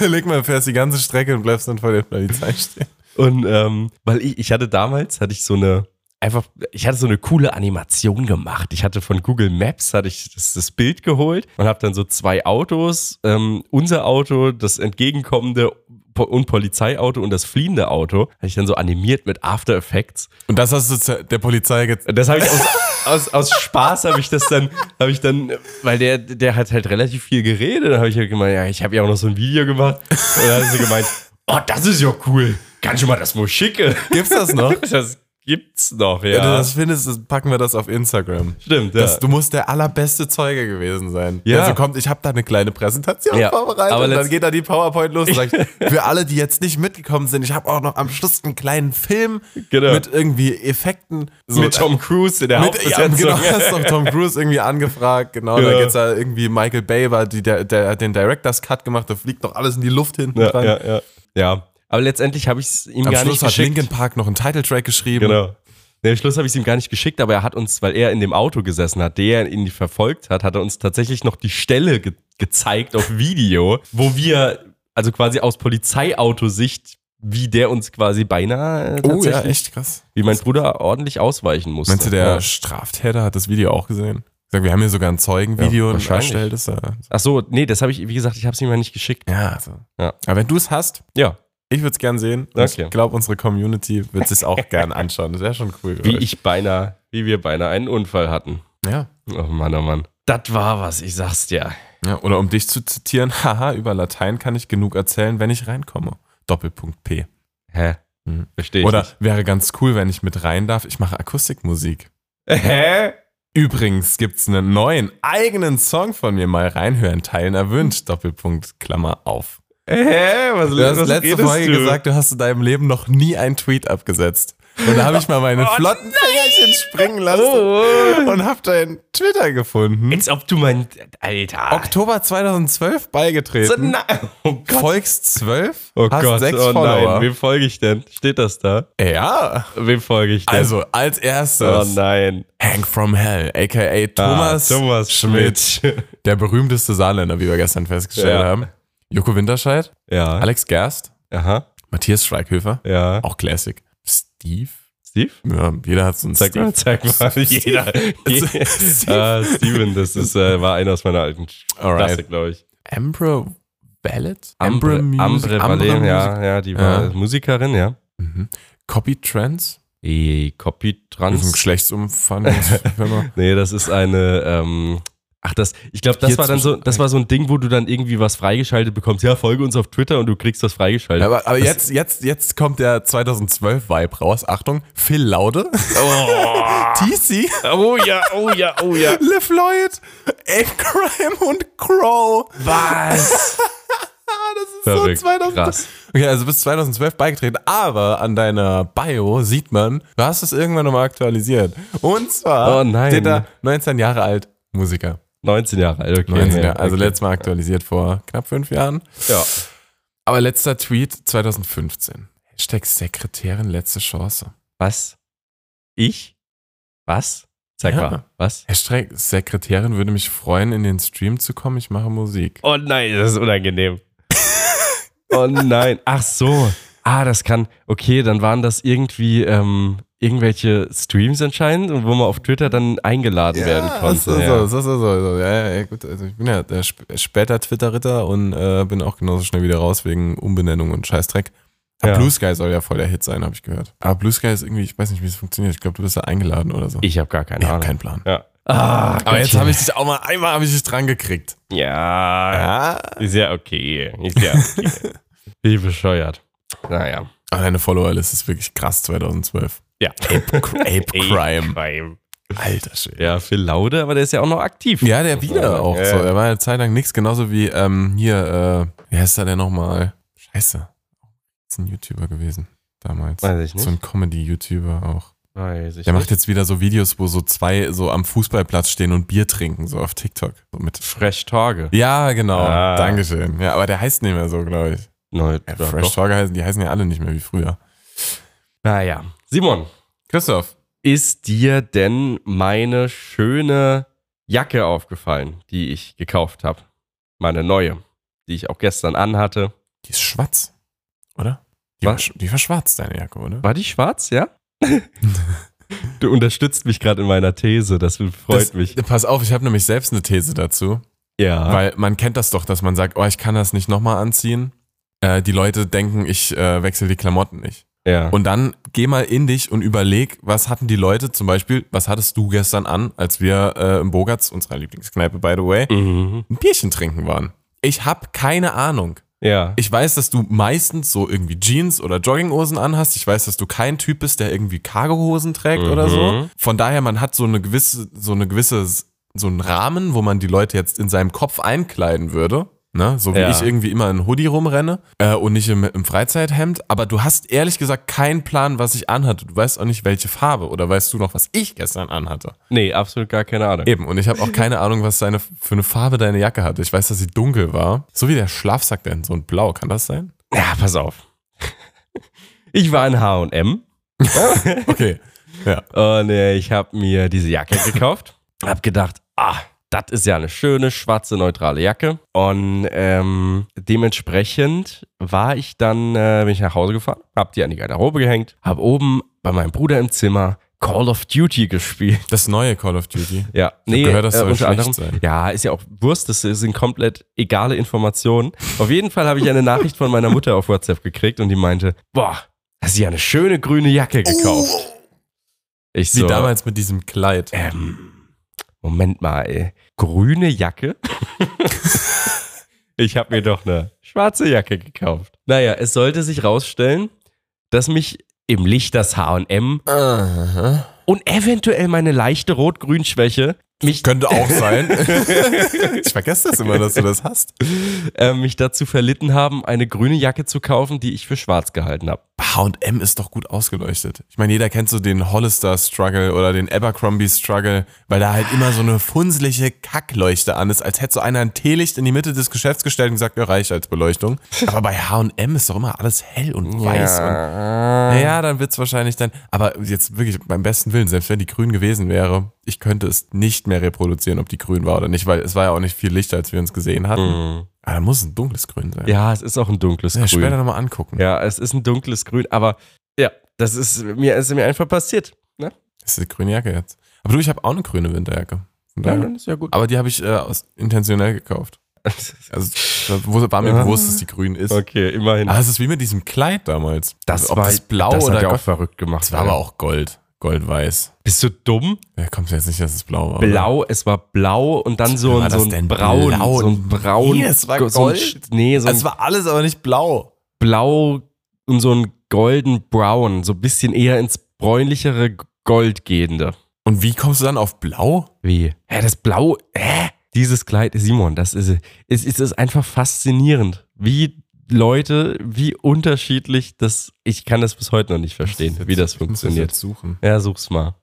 A: Leg mal, fährst die ganze Strecke und bleibst dann vor der Polizei stehen.
B: Und ähm, weil ich, ich hatte damals, hatte ich so eine, einfach, ich hatte so eine coole Animation gemacht. Ich hatte von Google Maps, hatte ich das, das Bild geholt und habe dann so zwei Autos, ähm, unser Auto, das entgegenkommende Po- und Polizeiauto und das fliehende Auto hatte ich dann so animiert mit After Effects.
A: Und das hast du zu- der Polizei jetzt.
B: Das habe ich aus, aus, aus Spaß habe ich das dann, habe ich dann, weil der, der hat halt relativ viel geredet. Dann habe ich halt gemeint, ja, ich habe ja auch noch so ein Video gemacht. Und dann hat sie gemeint, oh, das ist ja cool. Kannst du mal das wohl schicken?
A: Gibt's das
B: <laughs>
A: noch?
B: Das gibt's noch,
A: Wenn
B: ja.
A: Ne? du das findest, dann packen wir das auf Instagram.
B: Stimmt, ja.
A: Das, Du musst der allerbeste Zeuge gewesen sein.
B: Ja.
A: Der so kommt, ich habe da eine kleine Präsentation
B: Ja,
A: vorbereitet.
B: aber
A: und
B: letzt-
A: dann geht da die PowerPoint los und
B: <laughs>
A: sagt, für alle, die jetzt nicht mitgekommen sind, ich habe auch noch am Schluss einen kleinen Film
B: Genau.
A: mit irgendwie Effekten. So,
B: mit Tom Cruise in der
A: mit, ja,
B: Hauptbesetzung.
A: genau, hast doch Tom Cruise irgendwie angefragt, genau,
B: Ja.
A: da geht's da irgendwie Michael Bay war, die, der, der hat den Directors Cut gemacht, da fliegt noch alles in die Luft hinten
B: ja,
A: dran.
B: ja, ja. ja. Aber letztendlich habe ich es ihm
A: Am
B: gar
A: Schluss
B: nicht
A: hat
B: geschickt.
A: Linkin Park noch einen Titeltrack geschrieben.
B: Genau. Nee, am Schluss habe ich es ihm gar nicht geschickt, aber er hat uns, weil er in dem Auto gesessen hat, der ihn verfolgt hat, hat er uns tatsächlich noch die Stelle ge gezeigt auf Video, wo wir, also quasi aus Polizeiautosicht, wie der uns quasi beinahe äh,
A: Oh ja,
B: tatsächlich,
A: echt krass.
B: wie mein Bruder ordentlich ausweichen musste.
A: Meinst du, der
B: Ja.
A: Straftäter hat das Video auch gesehen? Sag, wir haben hier sogar ein Zeugenvideo
B: Ja,
A: ja,
B: wahrscheinlich.
A: erstellt. Ist äh, da.
B: Ach so, nee, das habe ich, wie gesagt, ich habe es ihm ja nicht geschickt.
A: Ja, also.
B: Ja.
A: Aber wenn du es hast,
B: Ja,
A: ich würde es gern sehen. Und
B: Okay.
A: Ich glaube, unsere Community wird es <laughs> auch gern anschauen. Das wäre schon cool.
B: wie
A: glaub
B: ich beinahe, wie wir beinahe einen Unfall hatten.
A: Ja.
B: Oh Mann, oh Mann. Das war was, ich sag's dir.
A: ja. Oder um dich zu zitieren, <laughs> haha, über Latein kann ich genug erzählen, wenn ich reinkomme. Doppelpunkt P.
B: Hä?
A: Mhm.
B: Verstehe ich.
A: Oder
B: nicht.
A: wäre ganz cool, wenn ich mit rein darf. Ich mache Akustikmusik.
B: Hä?
A: Übrigens gibt's einen neuen eigenen Song von mir mal reinhören, teilen erwünscht. Doppelpunkt Klammer auf.
B: Hä? Was,
A: Du hast
B: was
A: letzte
B: redest
A: Folge
B: du?
A: gesagt, du hast in deinem Leben noch nie einen Tweet abgesetzt. Und da habe ich mal
B: <laughs>
A: meine flotten Fingerchen springen lassen
B: Oh.
A: und habe deinen Twitter gefunden.
B: Als ob du mein. Alter.
A: Oktober 2012
B: So,
A: beigetreten.
B: na- <laughs> oh Gott.
A: Folgst 12,
B: Oh
A: hast
B: Gott,
A: sechs
B: oh nein,
A: Follower.
B: wem folge ich denn? Steht das da?
A: ja,
B: Wem folge ich denn?
A: also als
B: oh
A: erstes
B: nein.
A: Hank from Hell, aka Thomas,
B: ah, Thomas Schmidt.
A: der berühmteste Saarländer, wie wir gestern festgestellt
B: Ja.
A: haben. Joko Winterscheid,
B: ja.
A: Alex Gerst,
B: Aha.
A: Matthias Schweighöfer,
B: Ja.
A: auch Classic, Steve,
B: Steve?
A: Ja, jeder hat so einen
B: Zeig mal,
A: Steve.
B: zeig mal. <laughs> Jeder. <laughs>
A: Steve.
B: Ah, Steven, das ist, äh, war einer aus meiner alten
A: Alright.
B: Klasse, glaube ich.
A: Ambre Ballad?
B: Ambre Valen,
A: Music?
B: ja, ja, die war
A: Ja.
B: Musikerin, ja.
A: Mhm. Copy Trends?
B: E Copy
A: Das ist ein
B: Trans.
A: Geschlechtsumfang. wenn
B: <laughs>
A: man-
B: Nee, das ist eine. Ähm, ach, das. Ich glaube, das
A: Hier
B: war dann so.
A: zwischen-
B: Das war so ein Ding, wo du dann irgendwie was freigeschaltet bekommst. Ja, folge uns auf Twitter und du kriegst das freigeschaltet.
A: aber aber jetzt, jetzt, jetzt kommt der 2012-Vibe raus. Achtung, Phil Laude, <laughs> TC,
B: oh ja, oh ja, oh ja.
A: Le Floyd, Ape Crime und Crow.
B: Was? Verrückt,
A: so 2000.
B: krass.
A: Okay, also bis 2012 beigetreten, aber an deiner Bio sieht man, du hast es irgendwann nochmal aktualisiert. Und zwar
B: Oh nein.
A: steht da 19 Jahre alt, Musiker.
B: 19 Jahre alt, okay.
A: 19 Jahre, also
B: okay.
A: letztes Mal aktualisiert vor knapp fünf Jahren.
B: Ja.
A: Aber letzter Tweet 2015. Hashtag Sekretärin letzte Chance.
B: Was? Ich? Was? Zeig
A: Ja.
B: mal. Was?
A: Hashtag Sekretärin würde mich freuen, in den Stream zu kommen. Ich mache Musik.
B: Oh nein, das ist unangenehm. <laughs> oh nein. Ach so. Ah, das kann. Okay, dann waren das irgendwie ähm, irgendwelche Streams anscheinend, wo man auf Twitter dann eingeladen werden
A: Ah, das ist
B: konnte.
A: so,
B: ja.
A: das ist so, so. Ja, ja, gut. Also ich bin ja der sp später Twitter-Ritter und äh, bin auch genauso schnell wieder raus wegen Umbenennung und Scheißdreck. Aber
B: Ja.
A: Blue Sky soll ja voll der Hit sein, habe ich gehört. Aber Blue Sky ist irgendwie, ich weiß nicht, wie es funktioniert. Ich glaube, du bist da eingeladen oder so.
B: Ich habe gar keine
A: ich habe
B: Ahnung.
A: keinen Plan.
B: ja. Ah,
A: Aber jetzt habe ich dich auch mal, einmal habe ich dich dran gekriegt.
B: Ja,
A: Ah.
B: ist ja okay. Ist ja
A: <laughs>
B: okay. Wie bescheuert. Naja.
A: Aber Ah, deine Followerlist ist wirklich krass 2012.
B: Ja.
A: Ape Crime.
B: Crime.
A: Alter Schwede.
B: Ja, Phil Laude, aber der ist ja auch noch aktiv.
A: Ja, der wieder auch
B: Ja.
A: so. Er war eine Zeit lang nichts, genauso wie ähm, hier, äh, wie heißt er denn nochmal? Scheiße. Ist ein YouTuber gewesen damals.
B: Weiß ich nicht.
A: So ein Comedy-YouTuber auch.
B: Weiß ich
A: Der
B: nicht.
A: macht jetzt wieder so Videos, wo so zwei so am Fußballplatz stehen und Bier trinken, so auf TikTok. So mit
B: Fresh Tage.
A: ja, genau.
B: Ah.
A: Dankeschön. Ja, aber der heißt nicht mehr so, glaube ich.
B: Neu,
A: Ja,
B: ja,
A: Fresh
B: doch.
A: Talker heißen, die heißen ja alle nicht mehr wie früher.
B: Naja. Simon,
A: Christoph.
B: ist dir denn meine schöne Jacke aufgefallen, die ich gekauft habe? Meine neue, die ich auch gestern anhatte.
A: Die ist schwarz, oder? Die,
B: Was?
A: war, sch- die war schwarz, deine Jacke, oder?
B: War die
A: <laughs>
B: schwarz, ja? du unterstützt mich gerade in meiner These, das freut
A: Das-
B: mich.
A: Pass auf, ich habe nämlich selbst eine These dazu,
B: Ja.
A: weil man kennt das doch, dass man sagt, oh, ich kann das nicht nochmal anziehen. äh, die Leute denken, ich äh, wechsle die Klamotten nicht.
B: Ja.
A: Und dann geh mal in dich und überleg, was hatten die Leute zum Beispiel, was hattest du gestern an, als wir äh, im Bogarts, unserer Lieblingskneipe, by the way,
B: mhm.
A: ein Bierchen trinken waren. Ich habe keine Ahnung.
B: ja.
A: Ich weiß, dass du meistens so irgendwie Jeans oder Jogginghosen anhast. Ich weiß, dass du kein Typ bist, der irgendwie Cargohosen trägt oder so. Von daher, man hat so eine gewisse, so eine gewisse, so einen Rahmen, wo man die Leute jetzt in seinem Kopf einkleiden würde. Ne? So wie
B: Ja.
A: ich irgendwie immer in Hoodie rumrenne äh, und nicht im, im Freizeithemd. Aber du hast ehrlich gesagt keinen Plan, was ich anhatte. Du weißt auch nicht, welche Farbe oder weißt du noch, was ich gestern anhatte.
B: nee, absolut gar keine Ahnung.
A: Eben, und ich habe auch keine Ahnung, was deine, für eine Farbe deine Jacke hatte. Ich weiß, dass sie dunkel war. So wie der Schlafsack denn, so ein Blau. Kann das sein?
B: Ja, pass auf. Ich war in H&M
A: Okay. Ja.
B: und äh, ich habe mir diese Jacke
A: <laughs>
B: gekauft. Hab gedacht, ah, das ist ja eine schöne, schwarze, neutrale Jacke. Und ähm, dementsprechend war ich dann, äh, bin ich nach Hause gefahren, hab die an die Garderobe gehängt, hab oben bei meinem Bruder im Zimmer Call of Duty gespielt.
A: Das neue Call of Duty.
B: Ja, <laughs> nee, äh,
A: gehört, das soll
B: unter
A: schlecht
B: anderem.
A: sein.
B: Ja, ist ja auch Wurst, das sind komplett egale Informationen. Auf jeden Fall habe ich eine Nachricht von meiner Mutter auf WhatsApp gekriegt und die meinte, boah, hast du ja eine schöne grüne Jacke gekauft. Ich
A: Wie
B: so,
A: damals mit diesem Kleid.
B: ähm, Moment mal, ey. grüne Jacke? <laughs> ich habe mir doch eine schwarze Jacke gekauft. Naja, es sollte sich rausstellen, dass mich im Licht das H&M und eventuell meine leichte Rot-Grün-Schwäche mich
A: Könnte auch sein. <laughs> ich vergesse das immer, dass du das hast.
B: äh, mich dazu verlitten haben, eine grüne Jacke zu kaufen, die ich für schwarz gehalten habe.
A: H&M ist doch gut ausgeleuchtet. Ich meine, jeder kennt so den Hollister-Struggle oder den Abercrombie-Struggle, weil da halt immer so eine funselige Kackleuchte an ist, als hätte so einer ein Teelicht in die Mitte des Geschäfts gestellt und gesagt, ja, reicht als Beleuchtung. Aber bei H&M ist doch immer alles hell und weiß und Naja, dann wird's wahrscheinlich dann. Aber jetzt wirklich beim besten Willen, selbst wenn die grün gewesen wäre, ich könnte es nicht mehr reproduzieren, ob die grün war oder nicht, weil es war ja auch nicht viel Licht, als wir uns gesehen hatten. Aber da muss ein dunkles Grün sein.
B: Mhm. Hm. Ja, es ist auch ein dunkles
A: Ja, später
B: Grün.
A: nochmal angucken.
B: Ja, es ist ein dunkles Grün, aber ja, das ist mir, ist mir einfach passiert. Ne?
A: Das ist eine grüne Jacke jetzt. Aber du, ich habe auch eine grüne Winterjacke. Von daher-
B: ist ja gut.
A: Aber die habe ich äh, aus, intentionell gekauft. Also da wo- war mir bewusst, dass die grün ist.
B: Okay, immerhin.
A: Aber es ist wie mit diesem Kleid damals. Also, ob das blau
B: das
A: oder
B: hat ja auch
A: gold-
B: verrückt gemacht.
A: Das war aber auch gold. Goldweiß.
B: Bist du dumm?
A: Da kommt jetzt nicht, dass es blau war. oder?
B: Blau, es war blau und dann so
A: War
B: ein, so
A: das
B: ein
A: denn
B: braun,
A: blau?
B: so ein braun.
A: Nee, es war
B: so ein,
A: Gold.
B: Sch- nee, so ein
A: Es war alles aber nicht blau.
B: blau und so ein golden brown, so ein bisschen eher ins bräunlichere Gold gehende.
A: Und wie kommst du dann auf blau?
B: Wie? Hä, das Blau, hä? Dieses Kleid, Simon, das ist, es ist, ist einfach faszinierend, wie Leute, wie unterschiedlich das, ich kann das bis heute noch nicht verstehen, wie das funktioniert.
A: Ich muss das jetzt suchen.
B: Ja, such's mal.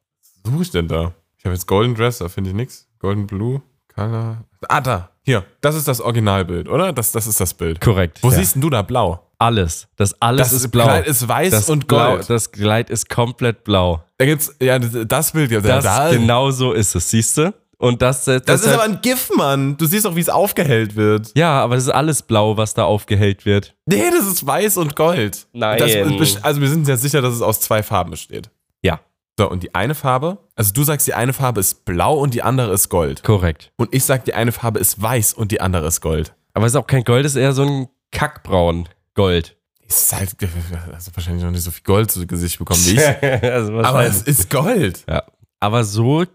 A: Was suche ich denn da? Ich habe jetzt Golden Dress, da finde ich nichts. Golden Blue, Color. Ah, da. Hier. Das ist das Originalbild, oder? Das, das ist das Bild.
B: Korrekt.
A: Wo
B: ja.
A: siehst denn du da blau?
B: Alles. Das alles ist blau.
A: Kleid ist weiß
B: das
A: und
B: Blau-
A: gold.
B: das Kleid ist komplett blau.
A: da gibt's, ja, das- das Bild. Ja,
B: Das,
A: da,
B: genau so ist es, siehst du? Und das, das,
A: das ist aber ein GIF, Mann. Du siehst doch, wie es aufgehellt wird.
B: Ja, aber das ist alles blau, was da aufgehellt wird.
A: Nee, das ist weiß und gold.
B: Nein.
A: Das, best- also wir sind jetzt sicher, dass es aus zwei Farben besteht.
B: Ja,
A: So, und die eine Farbe, also du sagst, die eine Farbe ist blau und die andere ist gold.
B: korrekt.
A: Und ich sag, die eine Farbe ist weiß und die andere ist Gold.
B: Aber es ist auch kein Gold, es ist eher so ein kackbraun Gold.
A: <laughs> Es ist halt, also wahrscheinlich noch nicht so viel Gold zu Gesicht bekommen wie ich.
B: also was
A: aber
B: weiß
A: es
B: ich.
A: ist Gold.
B: ja. aber so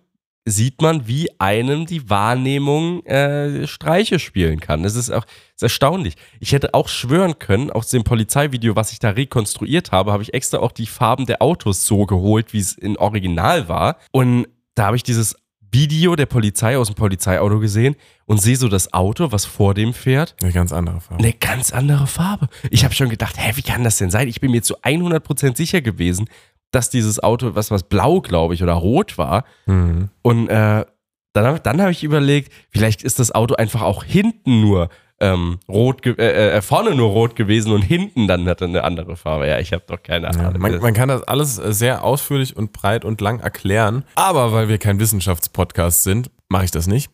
B: sieht man, wie einem die Wahrnehmung äh, Streiche spielen kann. Das ist auch das ist erstaunlich. Ich hätte auch schwören können, aus dem Polizeivideo, was ich da rekonstruiert habe, habe ich extra auch die Farben der Autos so geholt, wie es in Original war. Und da habe ich dieses Video der Polizei aus dem Polizeiauto gesehen und sehe so das Auto, was vor dem fährt
A: Eine ganz andere Farbe.
B: eine ganz andere Farbe. Ich habe schon gedacht, hä, wie kann das denn sein? Ich bin mir zu 100% sicher gewesen, dass dieses Auto, was was blau, glaube ich, oder rot war.
A: Mhm.
B: Und äh, dann, hab- dann habe ich überlegt, vielleicht ist das Auto einfach auch hinten nur ähm, rot, ge- äh, äh, vorne nur rot gewesen und hinten dann hat er eine andere Farbe. Ja, ich habe doch keine
A: Ja,
B: Ahnung.
A: man, man kann das alles äh, sehr ausführlich und breit und lang erklären. Aber weil wir kein Wissenschaftspodcast sind, mache ich das nicht.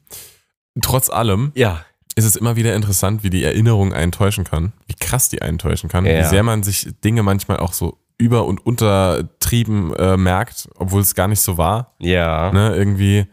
A: Trotz allem
B: ja,
A: ist es immer wieder interessant, wie die Erinnerung einen täuschen kann, wie krass die einen täuschen kann,
B: Ja.
A: wie sehr man sich Dinge manchmal auch so über- und untertrieben äh, merkt, obwohl es gar nicht so war.
B: ja.
A: ne, irgendwie.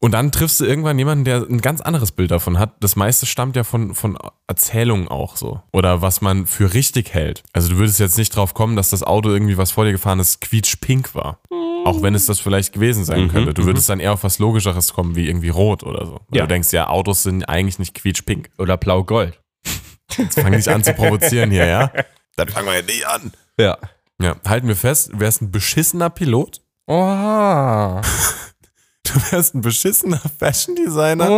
A: Und dann triffst du irgendwann jemanden, der ein ganz anderes Bild davon hat. Das meiste stammt ja von, von Erzählungen auch so. Oder was man für richtig hält. Also du würdest jetzt nicht drauf kommen, dass das Auto irgendwie, was vor dir gefahren ist, quietschpink war. Auch wenn es das vielleicht gewesen sein könnte. Du würdest dann eher auf was Logischeres kommen, wie irgendwie rot oder so. Weil
B: Ja.
A: Du denkst, mhm. ja, Autos sind eigentlich nicht quietschpink.
B: Oder blau-gold.
A: Jetzt fang nicht an zu provozieren hier, ja? Dann fangen wir ja nie an.
B: Ja.
A: Ja, halten wir fest, du wärst ein beschissener Pilot. <laughs>
B: Oha.
A: Du wärst ein beschissener Fashion Designer. Du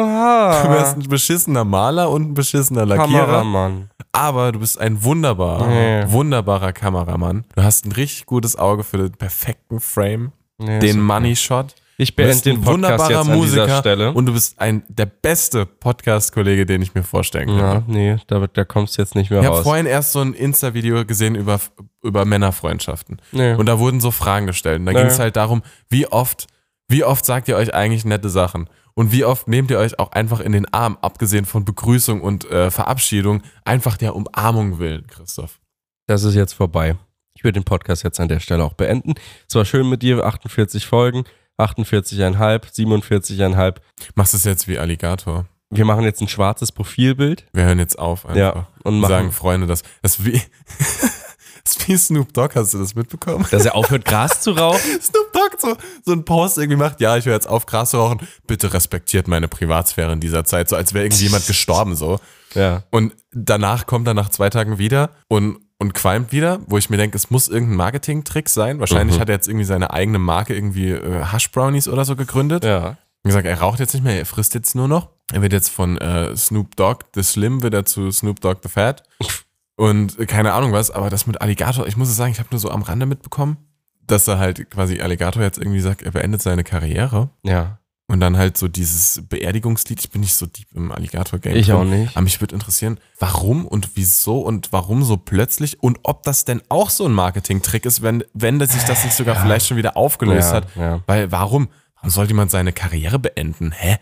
A: wärst
B: Oha.
A: ein beschissener Maler und ein beschissener Lackierer.
B: Ah. Kameramann.
A: Aber du bist ein wunderbarer,
B: Ja.
A: wunderbarer Kameramann. Du hast ein richtig gutes Auge für den perfekten Frame,
B: Ja,
A: den
B: so.
A: Money Shot.
B: Ich
A: Du
B: beende den Podcast jetzt an dieser Stelle.
A: und du bist ein der beste Podcast-Kollege, den ich mir vorstellen kann.
B: ja, nee, da, da kommst du jetzt nicht mehr
A: Ich habe
B: raus.
A: vorhin erst so ein Insta-Video gesehen über, über Männerfreundschaften.
B: Ja.
A: Und da wurden so Fragen gestellt. Und da
B: Ja.
A: ging es halt darum, wie oft, wie oft sagt ihr euch eigentlich nette Sachen? Und wie oft nehmt ihr euch auch einfach in den Arm, abgesehen von Begrüßung und äh, Verabschiedung, einfach der Umarmung willen, Christoph?
B: Das ist jetzt vorbei. Ich würde den Podcast jetzt an der Stelle auch beenden. Es war schön mit dir, 48 Folgen, 48,5, 47,5.
A: Machst du es jetzt wie Alligator?
B: Wir machen jetzt ein schwarzes Profilbild.
A: Wir hören jetzt auf einfach.
B: Ja, und
A: Und
B: machen.
A: sagen Freunde, das das ist wie, <laughs> das ist wie Snoop Dogg, hast du das mitbekommen?
B: Dass er aufhört, Gras zu rauchen.
A: <laughs> Snoop Dogg so, so einen Post irgendwie macht, ja, ich höre jetzt auf, Gras zu rauchen, bitte respektiert meine Privatsphäre in dieser Zeit, so als wäre
B: <laughs>
A: irgendjemand gestorben so.
B: <laughs> Ja.
A: Und danach kommt er nach zwei Tagen wieder und, und qualmt wieder, wo ich mir denke, es muss irgendein Marketing-Trick sein. Wahrscheinlich hat er jetzt irgendwie seine eigene Marke, irgendwie äh, Hush Brownies oder so gegründet.
B: Ja.
A: Und gesagt, er raucht jetzt nicht mehr, er frisst jetzt nur noch. Er wird jetzt von äh, Snoop Dogg The Slim wird er zu Snoop Dogg The Fat. Und äh, keine Ahnung was, aber das mit Alligator, ich muss es sagen, ich habe nur so am Rande mitbekommen, dass er halt quasi Alligator jetzt irgendwie sagt, er beendet seine Karriere.
B: Ja.
A: Und dann halt so dieses Beerdigungslied. Ich bin nicht so deep im Alligator-Game.
B: Ich
A: drin.
B: auch nicht.
A: Aber mich würde interessieren, warum und wieso und warum so plötzlich und ob das denn auch so ein Marketing-Trick ist, wenn, wenn das sich das nicht sogar vielleicht schon wieder aufgelöst
B: Ja,
A: hat.
B: ja.
A: Weil warum? Warum sollte jemand seine Karriere beenden? Hä?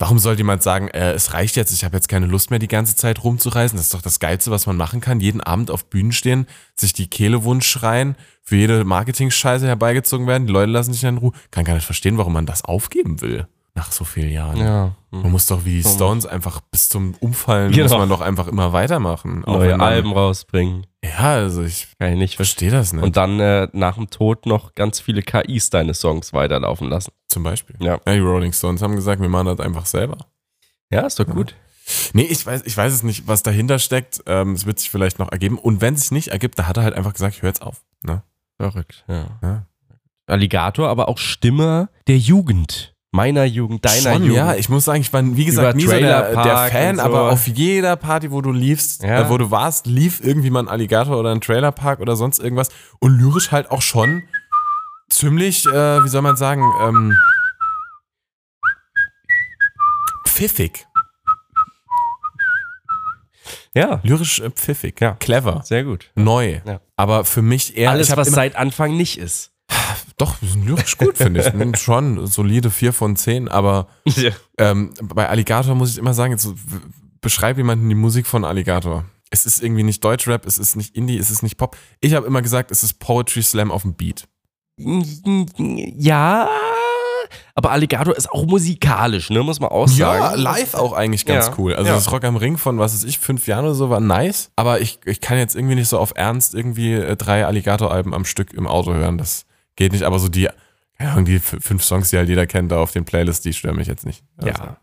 A: Warum sollte jemand sagen, äh, es reicht jetzt, ich habe jetzt keine Lust mehr, die ganze Zeit rumzureisen? Das ist doch das Geilste, was man machen kann. Jeden Abend auf Bühnen stehen, sich die Kehle wund schreien, für jede Marketing-Scheiße herbeigezogen werden, die Leute lassen sich in Ruhe. Kann gar nicht verstehen, warum man das aufgeben will. Nach so vielen Jahren.
B: Ja.
A: Man muss doch wie die Stones einfach bis zum Umfallen,
B: Genau.
A: muss man doch einfach immer weitermachen. Auch
B: Neue
A: wenn man-
B: Alben rausbringen.
A: Ja, also ich
B: Kann ich nicht
A: verstehe
B: verstehen.
A: das nicht.
B: Und dann äh, nach dem Tod noch ganz viele KIs deine Songs weiterlaufen lassen.
A: zum Beispiel.
B: Ja.
A: die Rolling Stones haben gesagt, wir machen das einfach selber.
B: Ja, ist doch gut.
A: Nee, ich weiß, ich weiß es nicht, was dahinter steckt. Ähm, es wird sich vielleicht noch ergeben. Und wenn es sich nicht ergibt, da hat er halt einfach gesagt, ich höre jetzt auf. Ne?
B: Verrückt, ja.
A: Ja.
B: Alligator, aber auch Stimme der Jugend. Meiner Jugend, deiner
A: Schon,
B: Jugend.
A: ja. Ich muss sagen, ich war, wie gesagt,
B: Über
A: nie so der,
B: Trailer
A: der
B: Park und
A: Fan,
B: so.
A: aber auf jeder Party, wo du liefst,
B: Ja.
A: äh, wo du warst, lief irgendwie mal ein Alligator oder ein Trailerpark oder sonst irgendwas. Und lyrisch halt auch schon ziemlich, äh, wie soll man sagen, ähm, pfiffig.
B: ja,
A: Lyrisch äh, pfiffig. Ja. Clever.
B: sehr gut.
A: Neu.
B: Ja.
A: Aber für mich eher.
B: Alles,
A: ich hab
B: was
A: immer-
B: seit Anfang nicht ist.
A: Doch, wir sind lyrisch gut, finde ich. Nimmt Schon solide 4 von 10, aber
B: Ja.
A: ähm, bei Alligator muss ich immer sagen, jetzt so, w- beschreib jemanden die Musik von Alligator. Es ist irgendwie nicht Deutschrap, es ist nicht Indie, es ist nicht Pop. Ich habe immer gesagt, es ist Poetry Slam auf dem Beat.
B: Ja, aber Alligator ist auch musikalisch, ne? Muss man auch sagen.
A: live auch eigentlich ganz
B: Ja.
A: cool. Also
B: Ja.
A: das Rock am Ring von, was weiß ich, fünf Jahren oder so war nice, aber ich, ich kann jetzt irgendwie nicht so auf Ernst irgendwie äh, drei Alligator-Alben am Stück im Auto hören. Das geht nicht, aber so die, keine Ahnung, die f- fünf Songs, die halt jeder kennt, da auf den Playlists, die stören mich jetzt nicht. Also.
B: Ja.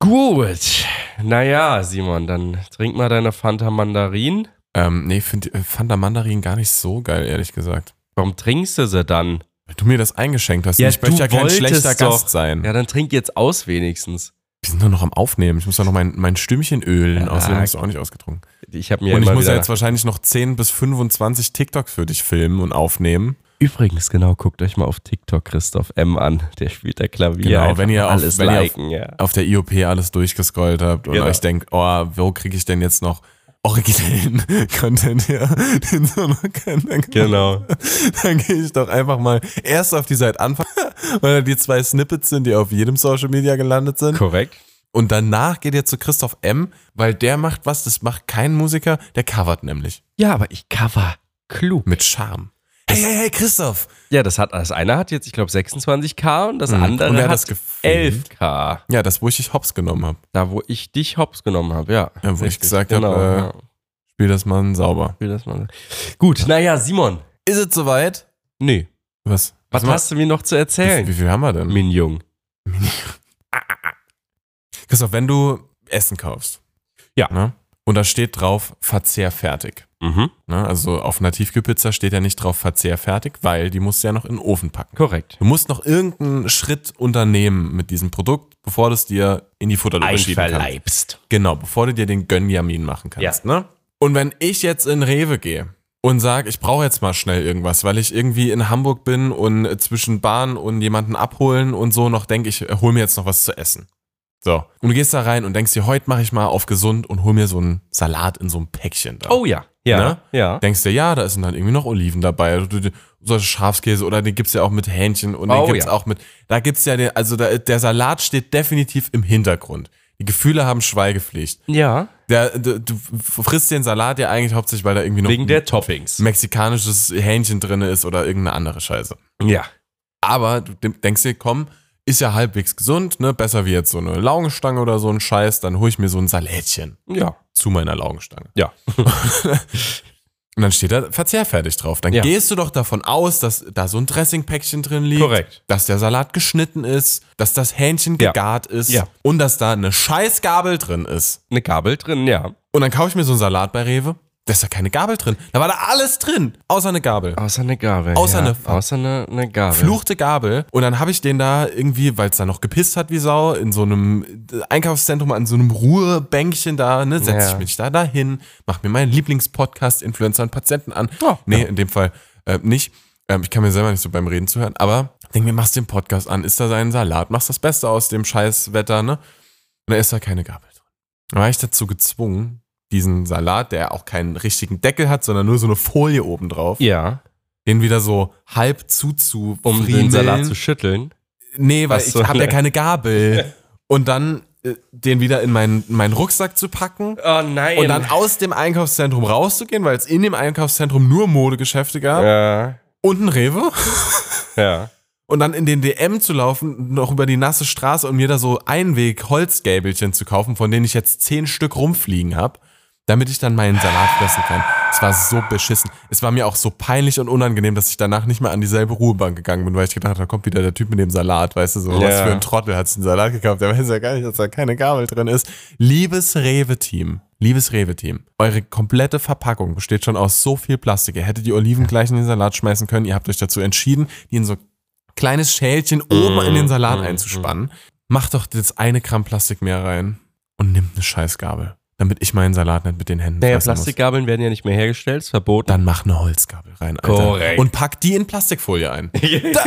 B: Gut. Naja, Simon, dann trink mal deine Fanta Mandarin.
A: Ähm, nee, find, äh, fand der Mandarin gar nicht so geil, ehrlich gesagt.
B: Warum trinkst du sie dann?
A: Weil du mir das eingeschenkt hast.
B: Ja,
A: ich möchte
B: du
A: ja kein
B: wolltest
A: schlechter
B: doch.
A: Gast sein.
B: Ja, dann trink jetzt aus wenigstens.
A: Wir sind doch noch am Aufnehmen. Ich muss ja noch mein, mein Stümmchen ölen.
B: Ja,
A: Außerdem hast du auch nicht ausgetrunken.
B: Ich habe mir
A: und ich
B: immer
A: muss ja
B: wieder
A: jetzt wahrscheinlich noch 10 bis 25 TikToks für dich filmen und aufnehmen.
B: Übrigens, genau, guckt euch mal auf TikTok Christoph M an. Der spielt der Klavier.
A: Genau,
B: Einfach
A: wenn ihr auf-
B: alles
A: wenn ihr auf-
B: liken, ja.
A: Auf der IOP alles durchgescrollt habt und
B: Genau.
A: euch denkt, oh, wo kriege ich denn jetzt noch originellen <laughs> Content her, <laughs> den so noch keiner <laughs>
B: Genau.
A: dann gehe ich doch einfach mal erst auf die Seite anfangen, <laughs> weil da die zwei Snippets sind, die auf jedem Social Media gelandet sind.
B: Korrekt.
A: Und danach geht ihr zu Christoph M., weil der macht was, das macht kein Musiker, der covert nämlich
B: Ja, aber ich cover klug.
A: mit Charme. Hey, hey, hey, Christoph.
B: Ja, das hat das eine hat jetzt, ich glaube, 26k und das
A: Mhm.
B: andere
A: Und wer hat
B: hat
A: das gefilmt?
B: 11k.
A: Ja, das, wo ich dich hops genommen habe.
B: Da, wo ich dich hops genommen habe, ja.
A: Ja, wo ich
B: Richtig,
A: gesagt
B: genau,
A: habe, äh,
B: ja.
A: spiel das mal sauber.
B: Wie das mal. Gut, naja, Simon.
A: Ist es soweit?
B: Nee.
A: Was?
B: Was hast du mir noch zu
A: Also wie, wie
B: erzählen?
A: viel haben wir denn?
B: Min Jung.
A: Christoph, wenn du Essen kaufst.
B: Ja.
A: Ne? Und da steht drauf, Verzehr fertig.
B: Mhm.
A: Ne? Also auf einer Tiefkühlpizza steht ja nicht drauf, Verzehr fertig, weil die musst du ja noch in den Ofen packen.
B: Korrekt.
A: Du musst noch irgendeinen Schritt unternehmen mit diesem Produkt, bevor du es dir in die Futterlupe schieben kannst. Genau, bevor du dir den Gönnjamin machen kannst. Ne? Und wenn ich jetzt in Rewe gehe und sage, ich brauche jetzt mal schnell irgendwas, weil ich irgendwie in Hamburg bin und zwischen Bahn und jemanden abholen und so noch denke, ich hol mir jetzt noch was zu essen. So, und du gehst da rein und denkst dir, heute mache ich mal auf gesund und hol mir so einen Salat in so einem Päckchen da.
B: Oh ja. Ja.
A: Ne?
B: Ja.
A: Denkst dir, ja, da sind dann irgendwie noch Oliven dabei, oder du- so Schafskäse oder den gibt's ja auch mit Hähnchen und den
B: Oh,
A: gibt's
B: ja.
A: auch mit, da gibt's ja den, also da, der Salat steht definitiv im Hintergrund. Die Gefühle haben Schweigepflicht.
B: Ja.
A: Der, du, du frisst den Salat ja eigentlich hauptsächlich, weil da irgendwie noch
B: Wegen der Toppings.
A: mexikanisches Hähnchen drin ist oder irgendeine andere Scheiße.
B: Ja.
A: Aber du dem- denkst dir, komm, ist ja halbwegs gesund, ne? Besser wie jetzt so eine Laugenstange oder so ein Scheiß, dann hol ich mir so ein Salätchen
B: Ja.
A: zu meiner Laugenstange.
B: Ja. <laughs>
A: Und dann steht da verzehrfertig drauf. Dann
B: Ja.
A: gehst du doch davon aus, dass da so ein Dressingpäckchen drin liegt.
B: Korrekt.
A: Dass der Salat geschnitten ist, dass das Hähnchen
B: Ja.
A: gegart ist
B: Ja.
A: und dass da eine scheiß Gabel drin ist.
B: Eine Gabel drin, ja.
A: Und dann kaufe ich mir so einen Salat bei Rewe. Da ist ja keine Gabel drin. Da war da alles drin, außer eine Gabel.
B: Außer eine Gabel.
A: Außer
B: ja.
A: eine-
B: Außer eine, eine Gabel.
A: Fluchte Gabel. Und dann habe ich den da irgendwie, weil es da noch gepisst hat wie Sau, in so einem äh, Einkaufszentrum an so einem Ruhebänkchen da, ne, setze
B: Ja.
A: ich mich da dahin, mach mir meinen Lieblingspodcast Influencer und Patienten an.
B: Ja.
A: nee, in dem Fall äh, nicht. Ähm, ich kann mir selber nicht so beim Reden zuhören, aber denk mir, machst den Podcast an, ist da sein Salat, machst das Beste aus dem Scheißwetter, ne? Und da ist da keine Gabel drin. Da war ich dazu gezwungen, diesen Salat, der auch keinen richtigen Deckel hat, sondern nur so eine Folie oben drauf,
B: Ja.
A: den wieder so halb zuzu
B: Um den Salat zu schütteln.
A: Nee, weil
B: Ach so.
A: ich habe ja keine Gabel. Und dann äh, den wieder in meinen, meinen Rucksack zu packen
B: Oh nein.
A: und
B: <laughs>
A: dann aus dem Einkaufszentrum rauszugehen, weil es in dem Einkaufszentrum nur Modegeschäfte gab
B: Ja.
A: und ein Rewe.
B: Ja.
A: Und dann in den DM zu laufen, noch über die nasse Straße und mir da so Einweg-Holzgäbelchen zu kaufen, von denen ich jetzt zehn Stück rumfliegen habe, damit ich dann meinen Salat fressen kann. Es war so beschissen. Es war mir auch so peinlich und unangenehm, dass ich danach nicht mehr an dieselbe Ruhebank gegangen bin, weil ich gedacht habe, da kommt wieder der Typ mit dem Salat, weißt du, so was
B: Ja.
A: für ein Trottel hat sich den Salat gekauft. Der weiß ja gar nicht, dass da keine Gabel drin ist. Liebes Rewe-Team, liebes Rewe-Team, eure komplette Verpackung besteht schon aus so viel Plastik. Ihr hättet die Oliven gleich in den Salat schmeißen können. Ihr habt euch dazu entschieden, die in so kleines Schälchen oben in
B: Mm,
A: den Salat einzuspannen. Mach doch das eine Gramm Plastik mehr rein und nimm eine Scheißgabel, damit ich meinen Salat nicht mit den Händen
B: Naja,
A: fressen muss.
B: Plastikgabeln werden ja nicht mehr hergestellt, ist verboten. <laughs>
A: Dann mach eine Holzgabel rein, Alter.
B: Korrekt.
A: Und pack die in Plastikfolie <laughs> ein.
B: <laughs>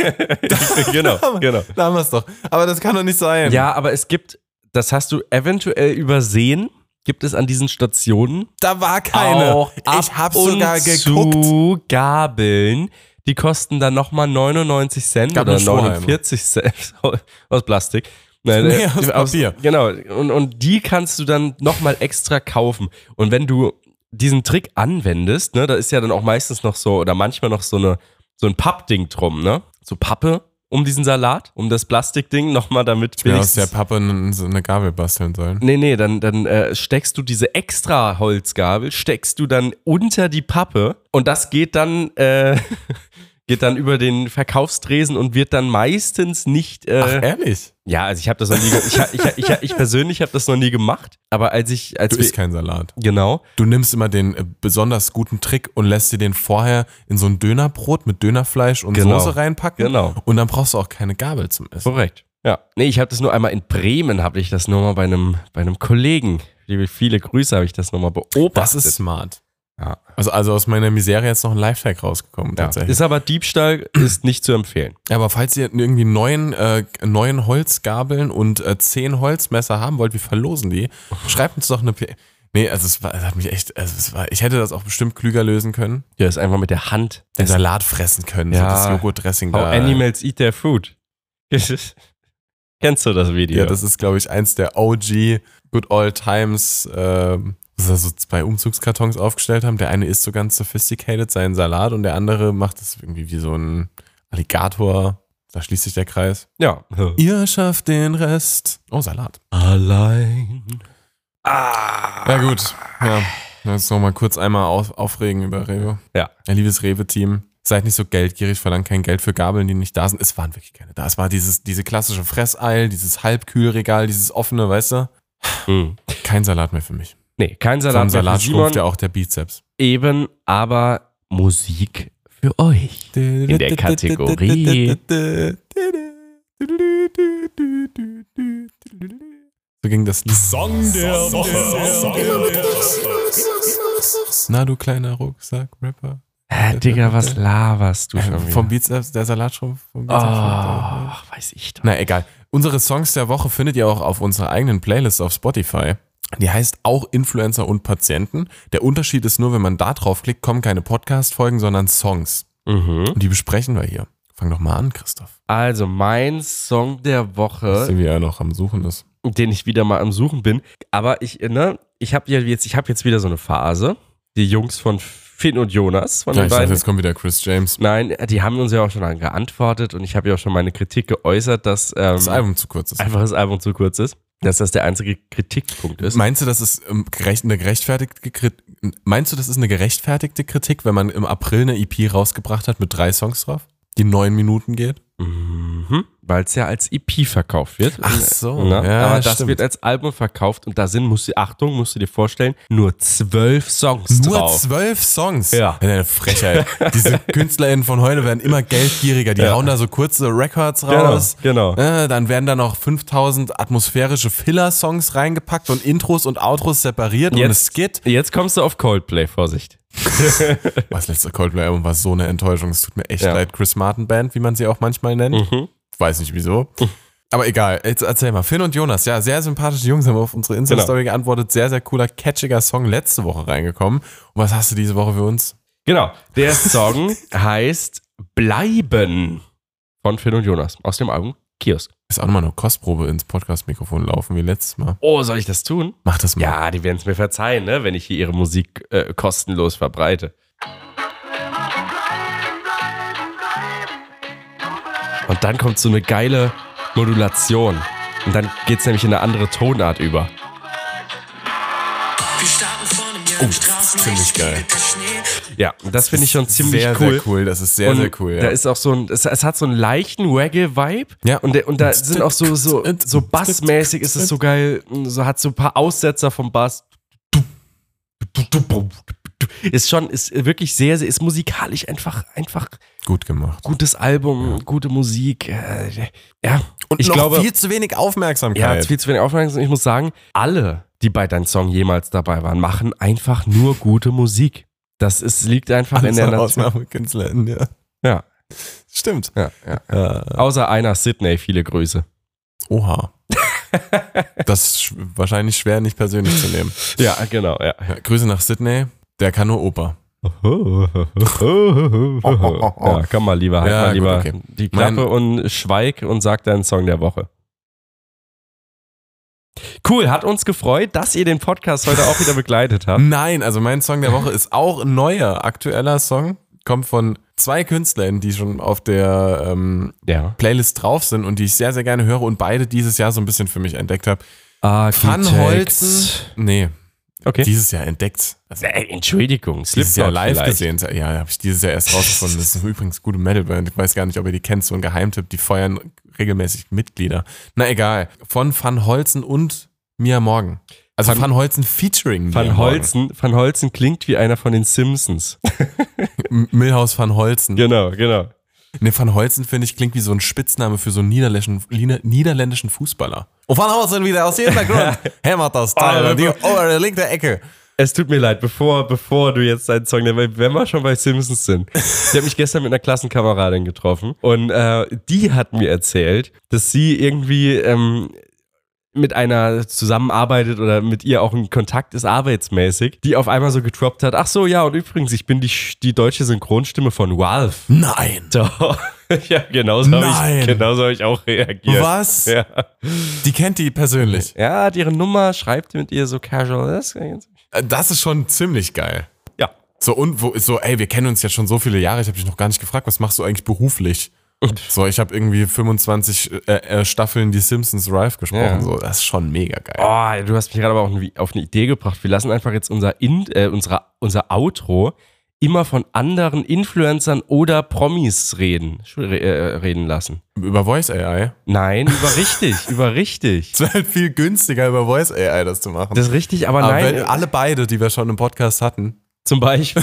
B: genau, <laughs> genau.
A: Da haben wir es doch. Aber das kann doch nicht sein.
B: Ja, aber es gibt, das hast du eventuell übersehen, gibt es an diesen Stationen
A: Da war keine.
B: auch ab
A: ich hab
B: und
A: sogar geguckt.
B: zu Gabeln, die kosten dann nochmal 99 Cent
A: Gab
B: oder
A: eine Strohhalme.
B: 49 Cent <laughs> aus Plastik. Nein,
A: Nee,
B: äh,
A: aus Papier.
B: Genau, und, und die kannst du dann nochmal extra kaufen. Und wenn du diesen Trick anwendest, ne, da ist ja dann auch meistens noch so, oder manchmal noch so, eine, so ein Pappding drum, ne? So Pappe um diesen Salat, um das Plastikding nochmal damit
A: Ja, aus
B: wenigstens-
A: der Pappe n- so eine Gabel basteln sollen.
B: Nee, nee, dann, dann äh, steckst du diese extra Holzgabel, steckst du dann unter die Pappe und das geht dann, äh, <laughs> geht dann über den Verkaufstresen und wird dann meistens nicht. Äh,
A: ehrlich?
B: ja, also ich habe das noch nie ge- ich, hab- ich, hab- ich,
A: <laughs>
B: hab- ich persönlich habe das noch nie gemacht, aber als ich. Als
A: Du isst
B: wir,
A: keinen Salat.
B: genau.
A: Du nimmst immer den äh, besonders guten Trick und lässt dir den vorher in so ein Dönerbrot mit Dönerfleisch und
B: Genau.
A: Soße reinpacken.
B: Genau.
A: Und dann brauchst du auch keine Gabel zum Essen.
B: Korrekt. Ja. Nee, ich habe das nur einmal in Bremen, habe ich das nur mal bei einem, bei einem Kollegen. Liebe viele Grüße, habe ich das nochmal beobachtet.
A: Das ist smart.
B: Ja.
A: Also, also aus meiner Misere jetzt noch ein Lifehack rausgekommen
B: ja.
A: tatsächlich.
B: Ist aber Diebstahl, ist nicht zu empfehlen.
A: Aber falls ihr irgendwie neun, äh, neun Holzgabeln und äh, zehn Holzmesser haben wollt, wir verlosen
B: <laughs>
A: die. Schreibt uns doch eine P Nee, also es, war, es hat mich echt, also es war, ich hätte das auch bestimmt klüger lösen können.
B: Ja, ist einfach mit der Hand.
A: Den Salat fressen können,
B: Ja.
A: so das Joghurtdressing
B: How
A: da.
B: Animals Eat Their Food. <laughs> Kennst du das Video?
A: Ja, das ist, glaube ich, eins der OG Good Old Times ähm, dass da so zwei Umzugskartons aufgestellt haben. Der eine isst so ganz sophisticated seinen Salat und der andere macht das irgendwie wie so ein Alligator. Da schließt sich der Kreis.
B: Ja.
A: Ihr schafft den Rest. Oh, Salat.
B: Allein. Ah.
A: Ja, gut. Ja. Jetzt nochmal kurz einmal auf, aufregen über Rewe.
B: Ja.
A: Ja, liebes Rewe-Team, seid nicht so geldgierig, verlangt kein Geld für Gabeln, die nicht da sind. Es waren wirklich keine da. Es war dieses, diese klassische Fresseil, dieses Halbkühlregal, dieses offene, weißt du?
B: Hm.
A: Kein Salat mehr für mich.
B: Nee, kein Salat.
A: Vom
B: mehr für
A: Salat
B: Simon,
A: schrumpft ja auch der Bizeps.
B: eben, aber Musik für euch.
A: In
B: der Kategorie.
A: So ging das Lied. Song der Woche. Na, du kleiner Rucksack-Rapper.
B: Hä, Digga, was laberst du schon wieder?
A: Vom Bizeps, der Salatschrumpf. Vom
B: oh,
A: Bizeps schrumpft.
B: weiß ich doch.
A: Na egal. Unsere Songs der Woche findet ihr auch auf unserer eigenen Playlist auf Spotify. Die heißt auch Influencer und Patienten. Der Unterschied ist nur, wenn man da drauf klickt, kommen keine Podcast-Folgen, sondern Songs.
B: Mhm.
A: Und die besprechen wir hier. Fang doch mal an, Christoph.
B: Also, mein Song der Woche,
A: wie er noch am Suchen ist.
B: den ich wieder mal am Suchen bin, aber ich, ne, ich habe ja jetzt, ich habe jetzt wieder so eine Phase. Die Jungs von Finn und Jonas, von
A: Ja,
B: den
A: ich dachte,
B: beiden,
A: jetzt kommt wieder Chris James.
B: Nein, die haben uns ja auch schon geantwortet und ich habe ja auch schon meine Kritik geäußert, dass ähm,
A: Das Album zu kurz ist.
B: einfach das Album zu kurz ist. Dass das der einzige Kritikpunkt ist.
A: Meinst du, das ist ähm, gerecht, eine gerechtfertigte Kritik? Meinst du, das ist eine gerechtfertigte Kritik, wenn man im April eine EP rausgebracht hat mit drei Songs drauf, die neun Minuten geht?
B: Mhm. Weil es ja als EP verkauft wird.
A: Ach so,
B: Ne?
A: ja,
B: Aber das
A: stimmt.
B: wird als Album verkauft und da sind, musst du, Achtung, musst du dir vorstellen, nur zwölf Songs
A: Nur
B: drauf.
A: zwölf Songs.
B: Ja.
A: Das ist eine Frechheit.
B: <laughs>
A: Diese KünstlerInnen von heute werden immer geldgieriger. Die
B: Ja.
A: hauen da so kurze Records raus.
B: genau.
A: Äh, dann werden da noch 5000 atmosphärische Filler-Songs reingepackt und Intros und Outros separiert und eine
B: Jetzt-
A: Skit.
B: Jetzt kommst du auf Coldplay, Vorsicht.
A: Das letzte Coldplay-Album war so eine Enttäuschung. Es tut mir echt
B: Ja.
A: leid. Chris Martin Band, wie man sie auch manchmal nennt.
B: Mhm.
A: Weiß nicht wieso. Aber egal, jetzt erzähl mal. Finn und Jonas, ja, sehr sympathische Jungs haben auf unsere Insta-Story
B: Genau.
A: geantwortet. Sehr, sehr cooler, catchiger Song letzte Woche reingekommen. Und was hast du diese Woche für uns?
B: Genau. Der Song heißt Bleiben von Finn und Jonas aus dem Album Kiosk.
A: Ist auch nochmal eine Kostprobe ins Podcast-Mikrofon laufen wie letztes Mal.
B: Oh, soll ich das tun?
A: Mach das mal.
B: Ja, die werden es mir verzeihen, ne, wenn ich hier ihre Musik äh, kostenlos verbreite. Und dann kommt so eine geile Modulation. Und dann geht es nämlich in eine andere Tonart über.
A: Oh, das ist ziemlich geil.
B: Ja, und das finde ich schon ziemlich
A: sehr,
B: cool.
A: Sehr cool. Das ist sehr,
B: und
A: sehr cool.
B: Da
A: Ja.
B: ist auch so ein, es, es hat so einen leichten Reggae-Vibe.
A: Ja.
B: Und, der- und da sind auch so, so, so bassmäßig ist es so geil, so hat so ein paar Aussetzer vom Bass. Ist schon, ist wirklich sehr, sehr, ist musikalisch einfach, einfach
A: Gut gemacht.
B: gutes Album, gute Musik. äh, Ja, und ich
A: Noch
B: glaube,
A: viel zu wenig
B: ja,
A: Aufmerksamkeit.
B: jetzt viel zu wenig Aufmerksamkeit. Ich muss sagen, alle, die bei deinem Song jemals dabei waren, machen einfach nur gute Musik. Das ist, liegt einfach in der Natur.
A: Ausnahmekünstlerin, ja.
B: Ja,
A: Stimmt.
B: ja, ja.
A: Äh,
B: Außer einer Sydney, viele Grüße. <laughs>
A: oha. das ist sch- wahrscheinlich schwer, nicht persönlich zu nehmen.
B: Ja, genau, ja.
A: Ja, Grüße nach Sydney. Der kann nur Oper.
B: ja komm mal lieber, halt
A: Ja,
B: mal
A: gut,
B: lieber
A: okay.
B: die Klappe und schweig und sag deinen Song der Woche. Cool, hat uns gefreut, dass ihr den Podcast heute auch wieder begleitet habt.
A: <laughs> Nein, also mein Song der Woche ist auch ein neuer, aktueller Song. Kommt von zwei KünstlerInnen, die schon auf der ähm,
B: Ja.
A: Playlist drauf sind und die ich sehr, sehr gerne höre und beide dieses Jahr so ein bisschen für mich entdeckt habe. Pfannholzen. Nee,
B: Okay.
A: dieses Jahr entdeckt. Also
B: Äh, Entschuldigung,
A: dieses Jahr
B: Slipknot
A: live
B: vielleicht.
A: gesehen. Ja, habe ich dieses Jahr erst rausgefunden. Das ist übrigens gute Metalband. Ich weiß gar nicht, ob ihr die kennt. So ein Geheimtipp. Die feuern regelmäßig Mitglieder. Na egal. Von Van Holzen und Mia Morgan. Also Van,
B: Van-
A: Holzen featuring Mia
B: Van
A: Morgan.
B: Holzen, Van Holzen klingt wie einer von den Simpsons. <laughs>
A: M- Milhouse Van Holzen.
B: genau, genau.
A: Ne, Van Holzen, finde ich, klingt wie so ein Spitzname für so einen niederländischen, Lina- niederländischen Fußballer. Und Van Holzen wieder aus <laughs> jedem Grund. Hämmert das Teil.
B: Oh,
A: in die obere linke Ecke.
B: Es tut mir leid, bevor, bevor du jetzt deinen Song, wenn wir schon bei Simpsons sind. Ich habe mich gestern mit einer Klassenkameradin getroffen und äh, die hat mir erzählt, dass sie irgendwie ähm, mit einer zusammenarbeitet oder mit ihr auch in Kontakt ist arbeitsmäßig, die auf einmal so getroppt hat, ach so, ja, und übrigens, ich bin die, Sch- die deutsche Synchronstimme von <laughs> Ralph.
A: Nein.
B: So, ja, genauso habe
A: Nein.
B: ich, genauso hab ich auch reagiert.
A: Was?
B: Ja.
A: Die kennt die persönlich.
B: ja, hat ihre Nummer, schreibt mit ihr so casual. Das ist ganz-
A: Äh, Das ist schon ziemlich geil.
B: Ja.
A: So, und wo ist so, ey, wir kennen uns jetzt schon so viele Jahre, ich habe dich noch gar nicht gefragt, was machst du eigentlich beruflich? So, ich habe irgendwie 25 äh, äh, Staffeln die Simpsons Rife gesprochen.
B: Ja.
A: So, das ist schon mega geil.
B: Oh, du hast mich gerade aber auch auf eine Idee gebracht. Wir lassen einfach jetzt unser, In äh, unsere, unser Outro immer von anderen Influencern oder Promis reden, Re äh, reden lassen.
A: Über Voice AI.
B: Nein, über <laughs> richtig, über
A: <laughs>
B: richtig.
A: Es wäre halt viel günstiger, über Voice AI das zu machen.
B: Das ist richtig, aber,
A: Aber
B: nein,
A: wenn, alle beide, die wir schon im Podcast hatten.
B: zum Beispiel.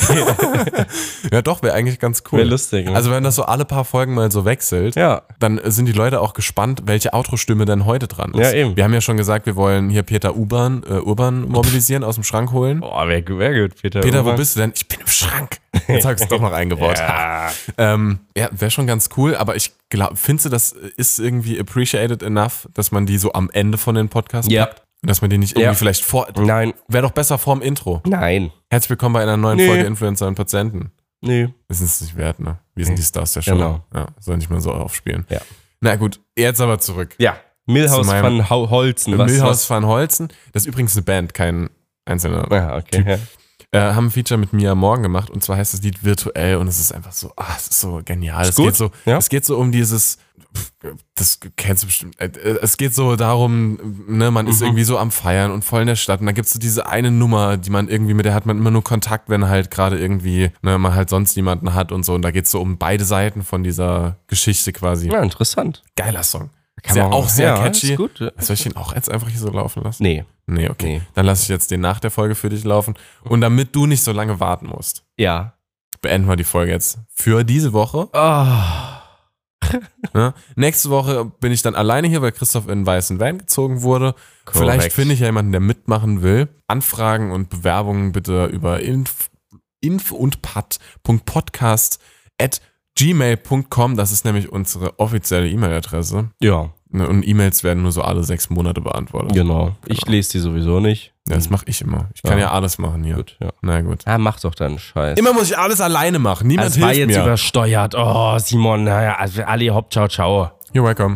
A: Ja, doch, wäre eigentlich ganz cool.
B: Wär lustig, ne?
A: Also, wenn das so alle paar Folgen mal so wechselt,
B: <laughs> ja.
A: dann sind die Leute auch gespannt, welche Outro-Stimme denn heute dran ist.
B: Ja, eben.
A: Wir haben ja schon gesagt, wir wollen hier Peter Urban, äh, Urban mobilisieren, aus dem Schrank holen.
B: Boah, wär, gu- wär gut, Peter.
A: Peter, wo
B: Urban.
A: bist du denn? Ich bin im
B: <laughs>
A: Schrank. Jetzt habe ich es doch noch <laughs> eingebaut.
B: Ja.
A: Ähm, ja, wäre schon ganz cool, aber ich glaube, findest du, das ist irgendwie appreciated enough, dass man die so am Ende von den Podcasts
B: Ja.
A: packt? Dass man die nicht irgendwie
B: Ja.
A: vielleicht vor.
B: <laughs> Nein,
A: Wäre doch besser vorm Intro.
B: nein.
A: Herzlich willkommen bei einer neuen
B: Nee.
A: Folge Influencer und Patienten.
B: Nee.
A: Das ist es nicht wert, ne? Wir sind die Stars der Show.
B: Genau.
A: Ja, soll nicht mehr so aufspielen.
B: Ja.
A: Na gut, jetzt aber zurück.
B: Ja. Milhouse
A: Zu meinem-
B: von Hau- Holzen. Was,
A: Milhouse van Holzen, das ist übrigens eine Band, kein einzelner.
B: Was? Ja, okay. Ja.
A: Äh, haben ein Feature mit Mia Morgen gemacht und zwar heißt das Lied virtuell und es ist einfach so, ah, es ist so genial. es
B: gut,
A: geht so,
B: ja.
A: es geht so um dieses, das kennst du bestimmt, äh, es geht so darum, ne, man
B: Mhm.
A: ist irgendwie so am Feiern und voll in der Stadt und da gibt's so diese eine Nummer, die man irgendwie, mit der hat man immer nur Kontakt, wenn halt gerade irgendwie, ne, man halt sonst niemanden hat und so und da geht's so um beide Seiten von dieser Geschichte quasi.
B: ja, interessant.
A: Geiler Song.
B: Kann
A: ist ja
B: man-
A: auch sehr
B: ja,
A: catchy.
B: ist gut, ja.
A: Soll ich den auch jetzt einfach hier so laufen lassen?
B: Nee.
A: Nee, okay.
B: Nee.
A: Dann lasse ich jetzt den nach der Folge für dich laufen. Und damit du nicht so lange warten musst,
B: Ja.
A: beenden wir die Folge jetzt für diese
B: <laughs>
A: Woche.
B: Ah.
A: Ne? Nächste Woche bin ich dann alleine hier, weil Christoph in einen weißen Van gezogen wurde.
B: Korrekt.
A: Vielleicht finde ich ja jemanden, der mitmachen will. Anfragen und Bewerbungen bitte über inf, inf und pat.podcast at gmail.com. Das ist nämlich unsere offizielle E-Mail-Adresse.
B: Ja,
A: Ne, Und E-Mails werden nur so alle sechs Monate beantwortet.
B: genau. Ich lese die sowieso nicht.
A: Ja, das mache ich immer. Ich kann ja,
B: Ja.
A: alles machen hier.
B: Gut, ja.
A: Na gut.
B: Ah, mach doch deinen Scheiß.
A: Immer muss ich alles alleine machen. Niemand
B: das war
A: hilft
B: jetzt
A: mir.
B: übersteuert. Oh, Simon, naja, also alle hopp, ciao, ciao.
A: You're welcome.